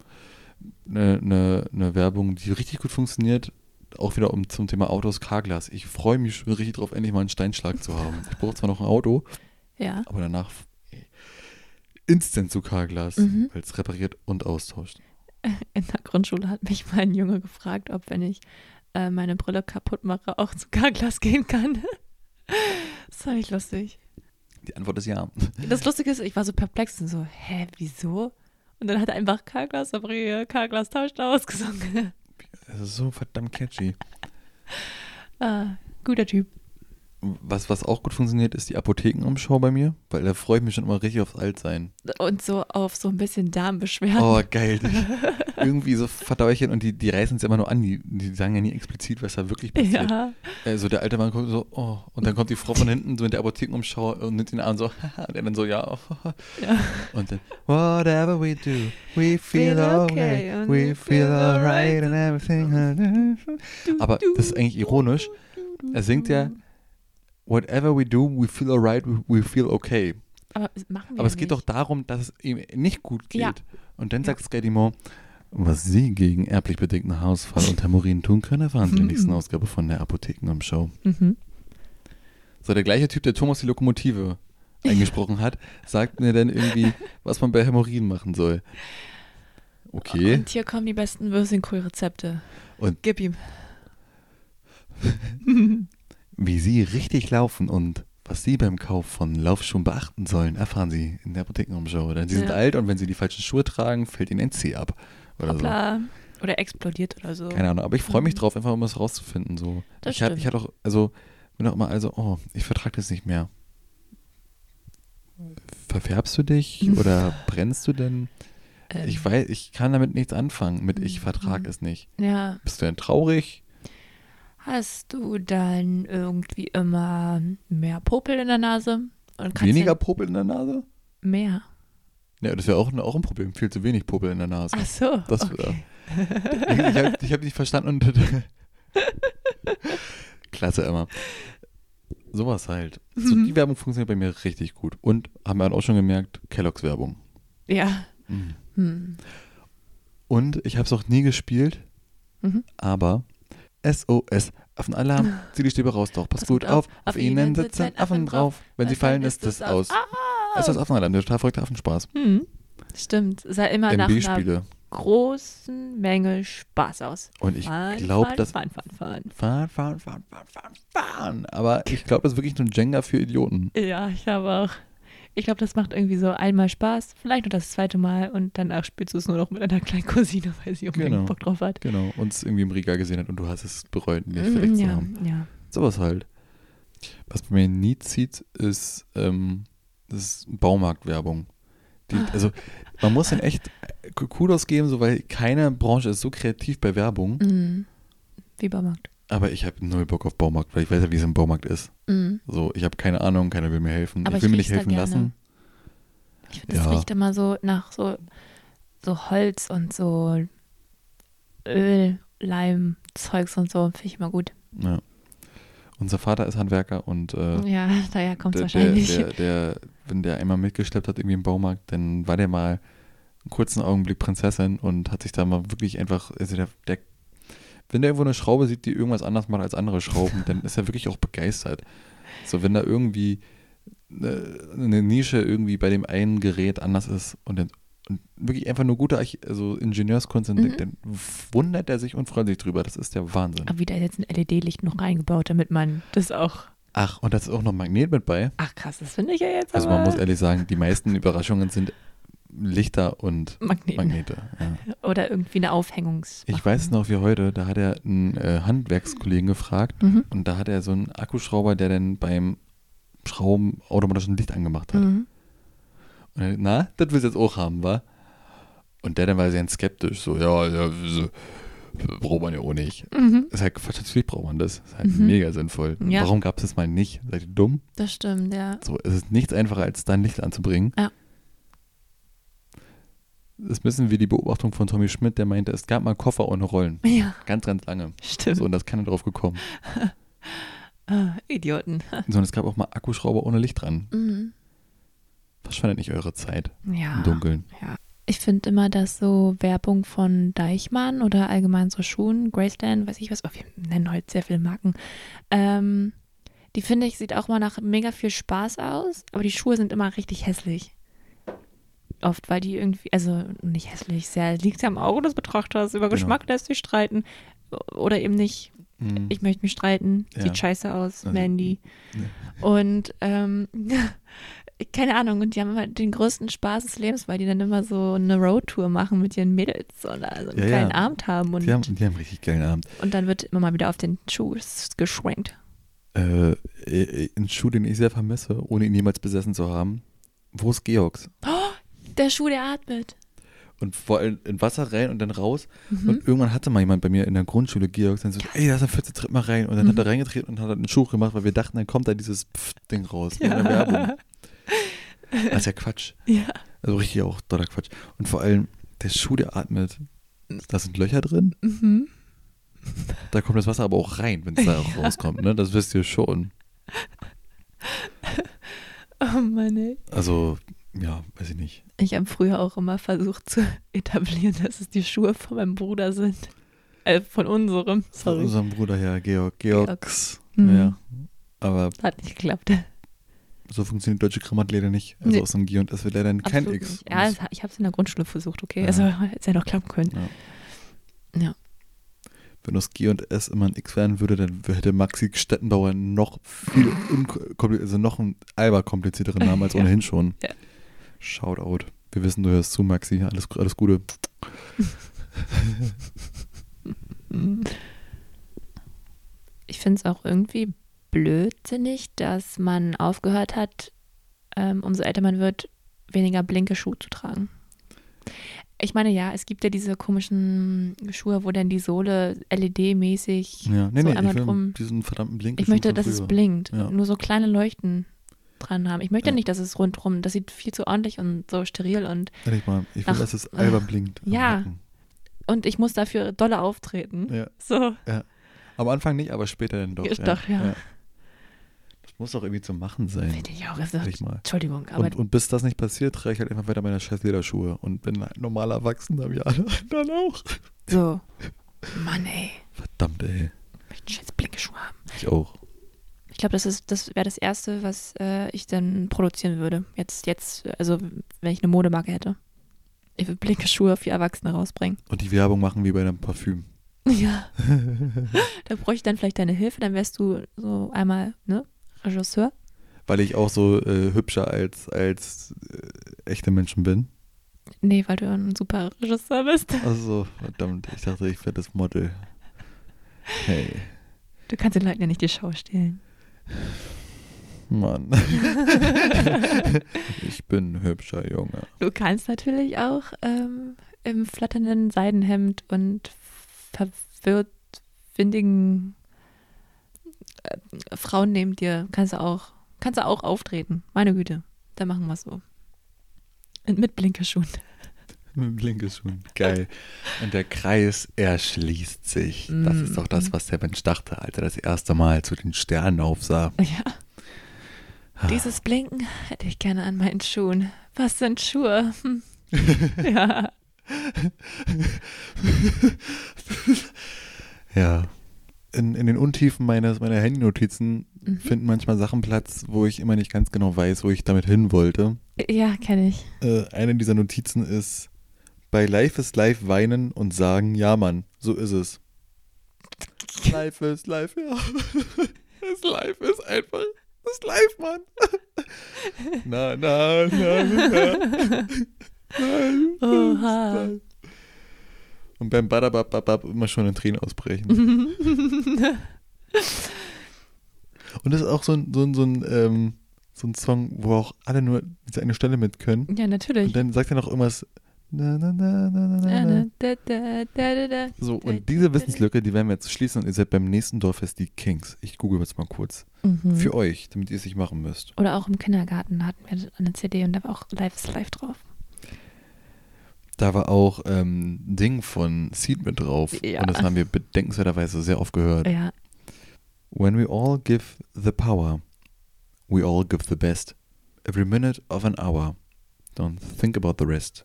Speaker 5: Eine, eine, eine Werbung, die richtig gut funktioniert. Auch wieder um zum Thema Autos Carglass. Ich freue mich schon richtig drauf, endlich mal einen Steinschlag zu haben. Ich brauche zwar noch ein Auto,
Speaker 2: ja.
Speaker 5: Aber danach ey, instant zu Carglass,
Speaker 2: Mhm.
Speaker 5: weil es repariert und austauscht.
Speaker 2: In der Grundschule hat mich mal ein Junge gefragt, ob wenn ich äh, meine Brille kaputt mache, auch zu Carglass gehen kann. das fand ich lustig.
Speaker 5: Die Antwort ist ja.
Speaker 2: Das Lustige ist, ich war so perplex und so, hä, wieso? Und dann hat er einfach Carglass, Sabrie, Carglass tauscht aus gesungen.
Speaker 5: Es ist so verdammt catchy.
Speaker 2: ah, guter Typ.
Speaker 5: Was, was auch gut funktioniert, ist die Apothekenumschau bei mir, weil da freue ich mich schon immer richtig aufs Altsein.
Speaker 2: Und so auf so ein bisschen Darmbeschwerden.
Speaker 5: Oh, geil. Irgendwie so Verdäuerchen und die, die reißen es immer nur an. Die, die sagen ja nie explizit, was da wirklich passiert.
Speaker 2: ja.
Speaker 5: Also der alte Mann kommt so, oh. Und dann kommt die Frau von hinten so in der Apothekenumschau und nimmt ihn an so, haha. Und er dann so, ja. Oh.
Speaker 2: Ja.
Speaker 5: Und dann, whatever we do, we feel
Speaker 2: Feel
Speaker 5: okay,
Speaker 2: okay and
Speaker 5: we
Speaker 2: we
Speaker 5: feel
Speaker 2: feel alright.
Speaker 5: alright and everything. Aber das ist eigentlich ironisch. Er singt ja, whatever we do, we feel alright, we- we feel okay.
Speaker 2: Aber das machen wir
Speaker 5: Aber es geht doch
Speaker 2: nicht.
Speaker 5: darum, dass es ihm nicht gut geht.
Speaker 2: Ja.
Speaker 5: Und dann sagt Scredimont, was Sie gegen erblich bedingten Haarausfall und Hämorrhoiden tun können, erfahren Sie in der nächsten Ausgabe von der Apothekenumschau.
Speaker 2: Mhm.
Speaker 5: So, der gleiche Typ, der Thomas die Lokomotive eingesprochen hat, sagt mir dann irgendwie, was man bei Hämorrhoiden machen soll. Okay,
Speaker 2: Und hier kommen die besten Würstchenkohlrezepte.
Speaker 5: Und-
Speaker 2: Gib ihm.
Speaker 5: wie Sie richtig laufen und was Sie beim Kauf von Laufschuhen beachten sollen, erfahren Sie in der Apothekenumschau. Denn Sie sind
Speaker 2: Ja.
Speaker 5: alt und wenn Sie die falschen Schuhe tragen, fällt Ihnen ein Zeh ab. Oder so.
Speaker 2: Hoppla. Oder explodiert oder so.
Speaker 5: Keine Ahnung, aber ich freue mich drauf, einfach um es rauszufinden. So.
Speaker 2: Ähm, mhm. Das
Speaker 5: ich hatte ich
Speaker 2: stimmt.
Speaker 5: hatte auch, also, bin auch immer, also, oh, ich vertrage das nicht mehr. Verfärbst du dich oder brennst du denn?
Speaker 2: Ähm, Mhm.
Speaker 5: Ich weiß, ich kann damit nichts anfangen mit ich vertrag es nicht.
Speaker 2: Ja.
Speaker 5: Bist du denn traurig?
Speaker 2: Hast du dann irgendwie immer mehr Popel in der Nase? Und kannst
Speaker 5: Weniger Popel in der Nase?
Speaker 2: denn Mehr.
Speaker 5: Ja, das wäre auch, auch ein Problem. Viel zu wenig Popel in der Nase.
Speaker 2: Ach so.
Speaker 5: Das-
Speaker 2: okay.
Speaker 5: Ich, ich habe ich hab nicht verstanden und. Klasse, Emma. Sowas halt. So, die Werbung funktioniert bei mir richtig gut. Und haben wir halt auch schon gemerkt, Kelloggs Werbung.
Speaker 2: Ja.
Speaker 5: Mhm.
Speaker 2: Hm.
Speaker 5: Und ich habe es auch nie gespielt,
Speaker 2: Mhm.
Speaker 5: aber SOS, Affenalarm, zieh die Stäbe raus, doch, pass gut auf, auf, ihnen sitzt ein Affen drauf, wenn sie fallen, ist es aus.
Speaker 2: Ah,
Speaker 5: SOS, Affenalarm, der total verrückte Affenspaß.
Speaker 2: Hm. Stimmt. Sah immer nach einer
Speaker 5: MB-Spiele.
Speaker 2: großen Menge Spaß aus.
Speaker 5: Und ich
Speaker 2: Fun,
Speaker 5: glaube,
Speaker 2: fun,
Speaker 5: das...
Speaker 2: Fun, fun, fun.
Speaker 5: Fahren, fahren, fahren, fahren, fahren, fahren. Aber ich glaube, das ist wirklich nur ein Jenga für Idioten.
Speaker 2: Ja, ich habe auch. Ich glaube, das macht irgendwie so einmal Spaß, vielleicht nur das zweite Mal und danach spielst du es nur noch mit einer kleinen Cousine, weil sie unbedingt
Speaker 5: Genau.
Speaker 2: Bock drauf hat.
Speaker 5: Genau, und es irgendwie im Regal gesehen hat und du hast es bereut, nicht
Speaker 2: Mm,
Speaker 5: vielleicht zu
Speaker 2: ja,
Speaker 5: haben.
Speaker 2: ja.
Speaker 5: Sowas halt. Was bei mir nie zieht, ist, ähm, das ist Baumarktwerbung. Die,
Speaker 2: Ah.
Speaker 5: also man muss dann echt äh, K- Kudos geben, so, weil keine Branche ist so kreativ bei Werbung.
Speaker 2: Mm. Wie Baumarkt.
Speaker 5: Aber ich habe null Bock auf Baumarkt, weil ich weiß ja, wie es im Baumarkt ist.
Speaker 2: Mm.
Speaker 5: So, ich habe keine Ahnung, keiner will mir helfen.
Speaker 2: Aber
Speaker 5: ich will
Speaker 2: ich
Speaker 5: mir nicht
Speaker 2: riech's da
Speaker 5: helfen
Speaker 2: gerne.
Speaker 5: lassen.
Speaker 2: Ich finde, das
Speaker 5: Ja.
Speaker 2: riecht immer so nach so, so Holz und so Öl, Leim, Zeugs und so. Finde ich immer gut.
Speaker 5: Ja. Unser Vater ist Handwerker und äh,
Speaker 2: Ja, daher kommt es
Speaker 5: der, der,
Speaker 2: wahrscheinlich.
Speaker 5: der, der, wenn der einmal mitgeschleppt hat, irgendwie im Baumarkt, dann war der mal einen kurzen Augenblick Prinzessin und hat sich da mal wirklich einfach, also der, der wenn der irgendwo eine Schraube sieht, die irgendwas anders macht als andere Schrauben, dann ist er wirklich auch begeistert. So, wenn da irgendwie eine, eine Nische irgendwie bei dem einen Gerät anders ist und, dann, und wirklich einfach nur gute Arch also Ingenieurskunst
Speaker 2: Mhm.
Speaker 5: entdeckt, dann wundert er sich und freut sich drüber. Das ist der Wahnsinn.
Speaker 2: E Aber wieder jetzt ein LED-Licht noch reingebaut, damit man das auch
Speaker 5: Ach, und da ist auch noch ein Magnet mit bei.
Speaker 2: Ach krass, das finde ich ja jetzt
Speaker 5: Also
Speaker 2: aber
Speaker 5: man muss ehrlich sagen, die meisten Überraschungen sind Lichter und
Speaker 2: Magneten.
Speaker 5: Magnete. Ja.
Speaker 2: Oder irgendwie eine Aufhängungs...
Speaker 5: Ich weiß noch wie heute, da hat er einen äh, Handwerkskollegen gefragt
Speaker 2: Mhm.
Speaker 5: und da hat er so einen Akkuschrauber, der dann beim Schrauben automatisch ein Licht angemacht hat.
Speaker 2: Mhm.
Speaker 5: Und er, na, das willst du jetzt auch haben, wa? Und der dann war sehr skeptisch, so, ja, ja so, braucht man ja auch nicht.
Speaker 2: Mhm.
Speaker 5: Ist halt Quatsch, natürlich braucht man das. Ist halt mega sinnvoll.
Speaker 2: Ja.
Speaker 5: Warum gab es das mal nicht? Seid ihr dumm?
Speaker 2: Das stimmt, ja.
Speaker 5: So, es ist nichts einfacher, als da ein Licht anzubringen.
Speaker 2: Ja.
Speaker 5: Das ist ein bisschen wie die Beobachtung von Tommy Schmidt, der meinte, es gab mal Koffer ohne Rollen.
Speaker 2: Ja,
Speaker 5: Ganz, ganz lange.
Speaker 2: stimmt.
Speaker 5: So, und da ist keiner drauf gekommen.
Speaker 2: Ah, Idioten.
Speaker 5: Sondern es gab auch mal Akkuschrauber ohne Licht dran.
Speaker 2: Mhm.
Speaker 5: Verschwendet nicht eure Zeit
Speaker 2: Ja.
Speaker 5: im Dunkeln.
Speaker 2: Ich finde immer, dass so Werbung von Deichmann oder allgemein so Schuhen, Graceland, weiß ich was, oh, wir nennen heute sehr viele Marken, ähm, die finde ich, sieht auch mal nach mega viel Spaß aus, aber die Schuhe sind immer richtig hässlich. Oft, weil die irgendwie, also nicht hässlich, sehr liegt am Auge des Betrachters, über
Speaker 5: Genau.
Speaker 2: Geschmack lässt sich streiten oder eben nicht.
Speaker 5: Mhm.
Speaker 2: Ich möchte mich streiten,
Speaker 5: Ja.
Speaker 2: sieht scheiße aus,
Speaker 5: Also,
Speaker 2: Mandy. Und ähm, keine Ahnung, und die haben immer den größten Spaß des Lebens, weil die dann immer so eine Roadtour machen mit ihren Mädels und also einen
Speaker 5: Ja,
Speaker 2: kleinen
Speaker 5: ja.
Speaker 2: Abend haben und,
Speaker 5: Die haben, die haben richtig geilen Abend.
Speaker 2: und dann wird immer mal wieder auf den Schuh s- geschwenkt.
Speaker 5: Äh, äh, ein Schuh, den ich sehr vermisse, ohne ihn jemals besessen zu haben. Wo ist Georgs?
Speaker 2: Der Schuh, der atmet.
Speaker 5: Und vor allem in Wasser rein und dann raus.
Speaker 2: Mhm.
Speaker 5: Und irgendwann hatte mal jemand bei mir in der Grundschule, Georgs, dann so, ey, da ist ein 14 Tritt mal rein. Und dann
Speaker 2: Mhm.
Speaker 5: hat er reingetreten und hat einen Schuh gemacht, weil wir dachten, dann kommt da dieses Pff-Ding raus. Wie in der Werbung. Das ist ja Quatsch.
Speaker 2: Ja.
Speaker 5: Also richtig auch doller Quatsch. Und vor allem, der Schuh, der atmet. Da sind Löcher drin.
Speaker 2: Mhm.
Speaker 5: Da kommt das Wasser aber auch rein, wenn es da auch rauskommt. Ne? Das wisst ihr schon.
Speaker 2: Oh Mann, ey.
Speaker 5: Also, ja, weiß ich nicht.
Speaker 2: Ich habe früher auch immer versucht zu etablieren, dass es die Schuhe von meinem Bruder sind. Äh, von unserem,
Speaker 5: Von
Speaker 2: sorry.
Speaker 5: unserem Bruder her, Georg. Georgs.
Speaker 2: Mhm.
Speaker 5: Ja. Aber
Speaker 2: Hat nicht geklappt.
Speaker 5: so funktioniert deutsche Grammat leider nicht. Also
Speaker 2: Nee.
Speaker 5: aus dem G und S wird leider kein
Speaker 2: Absolut
Speaker 5: X.
Speaker 2: nicht. Ja,
Speaker 5: Und
Speaker 2: es- ich habe es in der Grundschule versucht, okay.
Speaker 5: Ja.
Speaker 2: Also hätte es ja noch klappen können.
Speaker 5: Wenn aus G und S immer ein X werden würde, dann hätte Maxi Stettenbauer noch viel unkompli- also noch einen alber komplizierteren Namen als
Speaker 2: Ja.
Speaker 5: ohnehin schon.
Speaker 2: Ja.
Speaker 5: Shoutout. Wir wissen, du hörst zu, Maxi. Alles, alles Gute.
Speaker 2: Ich finde es auch irgendwie blödsinnig, dass man aufgehört hat, ähm, umso älter man wird, weniger blinke Schuhe zu tragen. Ich meine, ja, es gibt ja diese komischen Schuhe, wo dann die Sohle LED-mäßig.
Speaker 5: Ja, nee,
Speaker 2: So
Speaker 5: nee,
Speaker 2: einmal
Speaker 5: ich will
Speaker 2: drum.
Speaker 5: diesen verdammten Blink.
Speaker 2: Ich möchte, dass es blinkt.
Speaker 5: Ja.
Speaker 2: Nur so kleine Leuchten dran haben. Ich möchte
Speaker 5: Ja.
Speaker 2: nicht, dass es rundrum, das sieht viel zu ordentlich und so steril und,
Speaker 5: Ehrlich mal, ich will,
Speaker 2: Ach,
Speaker 5: dass es alber blinkt. am
Speaker 2: Ja.
Speaker 5: Rücken.
Speaker 2: und ich muss dafür doller auftreten.
Speaker 5: Ja.
Speaker 2: So.
Speaker 5: Am Anfang nicht, aber später dann doch.
Speaker 2: Ja, doch, ja.
Speaker 5: Das muss doch irgendwie zum Machen sein.
Speaker 2: Finde ich auch. Also,
Speaker 5: Ehrlich mal.
Speaker 2: Entschuldigung, aber
Speaker 5: Und, und bis das nicht passiert, trage ich halt einfach weiter meine scheiß Lederschuhe und bin ein normaler Erwachsener wie alle anderen auch.
Speaker 2: so. Mann, ey.
Speaker 5: Verdammt, ey.
Speaker 2: Ich möchte scheiß blinke Schuhe haben.
Speaker 5: Ich auch.
Speaker 2: Ich glaube, das, ist- das wäre das Erste, was äh, ich dann produzieren würde. Jetzt, jetzt, also wenn ich eine Modemarke hätte. Ich würde blinke Schuhe für Erwachsene rausbringen.
Speaker 5: Und die Werbung machen wie bei einem Parfüm.
Speaker 2: Ja. da bräuchte ich dann vielleicht deine Hilfe, dann wärst du so einmal, ne, Regisseur.
Speaker 5: Weil ich auch so äh, hübscher als, als äh, echte Menschen bin.
Speaker 2: Nee, weil du ein super Regisseur bist.
Speaker 5: Also, verdammt, ich dachte, ich werde das Model. Hey,
Speaker 2: Du kannst den Leuten ja nicht die Schau stehlen.
Speaker 5: Mann. ich bin ein hübscher Junge.
Speaker 2: Du kannst natürlich auch ähm, im flatternden Seidenhemd und verwirrt windigen äh, Frauen neben dir kannst du auch kannst du auch auftreten. Meine Güte, dann machen wir so. Und mit Blinkerschuhen.
Speaker 5: Mit dem Link ist schon geil. Und der Kreis erschließt sich. Das ist doch das, was der Mensch dachte, als er das erste Mal zu den Sternen aufsah.
Speaker 2: Ja. Dieses Blinken hätte ich gerne an meinen Schuhen. Was sind Schuhe? Hm. ja.
Speaker 5: Ja. In, in den Untiefen meines, meiner Handynotizen finden manchmal Sachen Platz, wo ich immer nicht ganz genau weiß, wo ich damit hin wollte.
Speaker 2: Ja, kenne ich.
Speaker 5: Äh, eine dieser Notizen ist: Bei Life is Life weinen und sagen, ja, Mann, so ist es. Life is Life, ja. Das Live ist einfach. Das Live, Mann. Na, na, na, na. Nein.
Speaker 2: Oha.
Speaker 5: Und beim Badabababab immer schon in Tränen ausbrechen. Und das ist auch so ein, so ein, so ein, ähm, so ein Song, wo auch alle nur diese eine Stelle mit können.
Speaker 2: Ja, natürlich. ne?
Speaker 5: Und dann sagt er noch irgendwas. Na, na, na, na, na, na, na.
Speaker 2: Da, da, da, da, da.
Speaker 5: So, und diese Wissenslücke, die werden wir jetzt schließen und ihr seid beim nächsten Dorffest die Kings. Ich google jetzt mal kurz.
Speaker 2: Mhm.
Speaker 5: Für euch, damit ihr es nicht machen müsst.
Speaker 2: Oder auch im Kindergarten da hatten wir eine CD und da war auch Live is Live drauf.
Speaker 5: Da war auch ähm, ein Ding von Seed mit drauf.
Speaker 2: Ja.
Speaker 5: Und das haben wir bedenkenswerterweise sehr oft gehört.
Speaker 2: Ja,
Speaker 5: When we all give the power, we all give the best. Every minute of an hour. Don't think about the rest.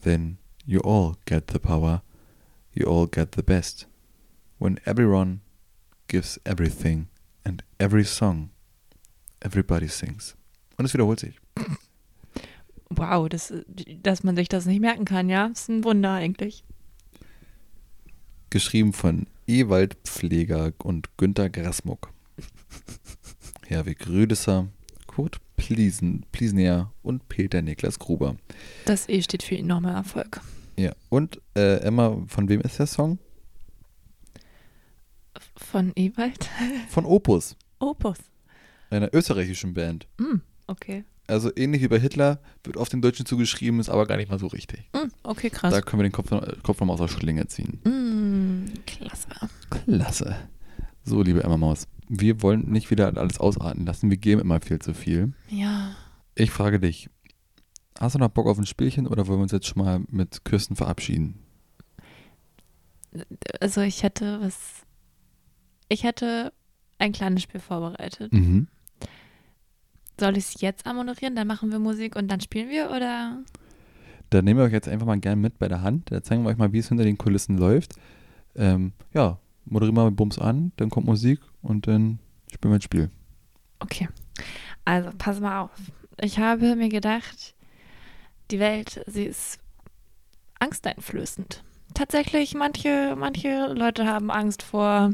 Speaker 5: Then you all get the power, you all get the best. When everyone gives everything and every song, everybody sings. Und es wiederholt sich.
Speaker 2: Wow, das, dass man sich das nicht merken kann, ja? Ist ein Wunder eigentlich.
Speaker 5: Geschrieben von Ewald Pfleger und Günter Grasmuck. Herwig Rüdesser, Kurt Pliesen, Pliesener und Peter Niklas Gruber.
Speaker 2: Das E steht für enormer Erfolg.
Speaker 5: Ja, und äh, Emma, von wem ist der Song?
Speaker 2: Von Ewald?
Speaker 5: Von Opus,
Speaker 2: Opus.
Speaker 5: einer österreichischen Band.
Speaker 2: Mm, okay.
Speaker 5: Also ähnlich wie bei Hitler, wird oft dem Deutschen zugeschrieben, ist aber gar nicht mal so richtig.
Speaker 2: Mm, okay, krass.
Speaker 5: Da können wir den Kopf, noch- Kopf nochmal aus der Schlinge ziehen.
Speaker 2: Mm, klasse.
Speaker 5: Klasse. So, liebe Emma Maus, wir wollen nicht wieder alles ausarten lassen. Wir geben immer viel zu viel.
Speaker 2: Ja.
Speaker 5: Ich frage dich, hast du noch Bock auf ein Spielchen oder wollen wir uns jetzt schon mal mit Küssen verabschieden?
Speaker 2: Also ich hätte was. Ich hätte ein kleines Spiel vorbereitet.
Speaker 5: Mhm.
Speaker 2: Soll ich es jetzt amoderieren? Dann machen wir Musik und dann spielen wir oder?
Speaker 5: Da nehmen wir euch jetzt einfach mal gern mit bei der Hand. Da zeigen wir euch mal, wie es hinter den Kulissen läuft. Ähm, ja, moderieren wir mal mit Bums an, dann kommt Musik und dann spielen wir ein Spiel.
Speaker 2: Okay. Also, pass mal auf. Ich habe mir gedacht, die Welt, sie ist angsteinflößend. Tatsächlich, manche, manche Leute haben Angst vor,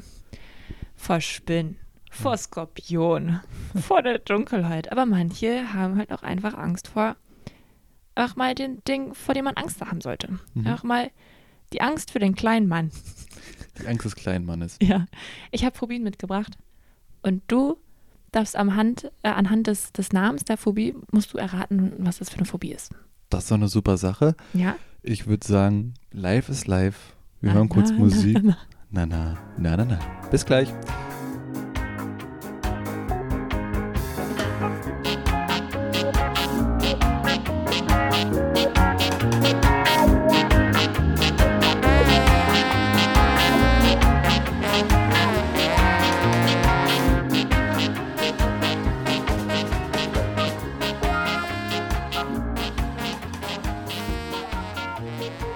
Speaker 2: vor Spinnen, vor Skorpion, vor der Dunkelheit. Aber manche haben halt auch einfach Angst vor, auch mal den Ding, vor dem man Angst haben sollte.
Speaker 5: Mhm.
Speaker 2: Auch mal die Angst für den kleinen Mann.
Speaker 5: Die Angst des kleinen Mannes.
Speaker 2: Ja, ich habe Phobien mitgebracht. Und du darfst am Hand, äh, anhand des, des Namens der Phobie, musst du erraten, was das für eine Phobie ist.
Speaker 5: Das ist doch eine super Sache.
Speaker 2: Ja?
Speaker 5: Ich würde sagen, live ist live. Wir
Speaker 2: Ah,
Speaker 5: hören kurz
Speaker 2: Na, na,
Speaker 5: Musik.
Speaker 2: na,
Speaker 5: Na, na, na, na, na. Bis gleich.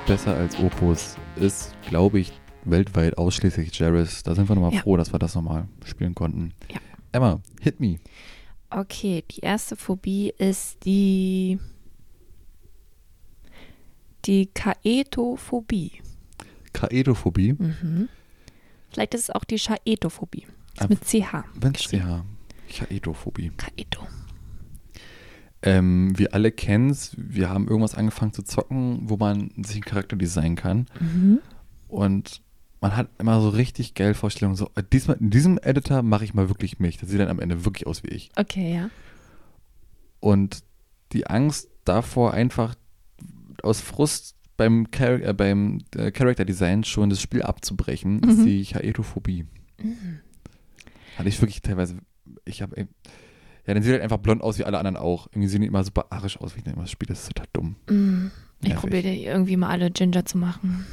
Speaker 5: Besser als Opus ist, glaube ich, weltweit ausschließlich Jarvis. Da sind wir nochmal
Speaker 2: Ja.
Speaker 5: froh, dass wir das nochmal spielen konnten.
Speaker 2: Ja.
Speaker 5: Emma, hit me.
Speaker 2: na. Okay, die erste Phobie ist die. Die Kaetophobie.
Speaker 5: Kaedophobie.
Speaker 2: Mhm. Vielleicht ist es auch die Chaetophobie.
Speaker 5: Ah,
Speaker 2: Ist mit CH.
Speaker 5: Wenn CH. Kaedophobie.
Speaker 2: Chaeto.
Speaker 5: Ähm, wir alle kennen es. Wir haben irgendwas angefangen zu zocken, wo man sich einen Charakter designen kann.
Speaker 2: Mhm.
Speaker 5: Und man hat immer so richtig geil Vorstellungen. So, äh, diesmal, in diesem Editor mache ich mal wirklich mich. Das sieht dann am Ende wirklich aus wie ich.
Speaker 2: Okay, ja.
Speaker 5: Und die Angst davor, einfach aus Frust beim, Char äh, beim äh, Character Design schon das Spiel abzubrechen,
Speaker 2: Mhm.
Speaker 5: ist die Chaetophobie. Hatte ich wirklich teilweise. Ich habe. Ja, dann sieht er halt einfach blond aus wie alle anderen auch. Irgendwie sehen die immer super arisch aus, wie ich dann immer das Spiel. Das ist total dumm.
Speaker 2: Mhm. Ich
Speaker 5: Nervig.
Speaker 2: probiere irgendwie mal alle Ginger zu machen.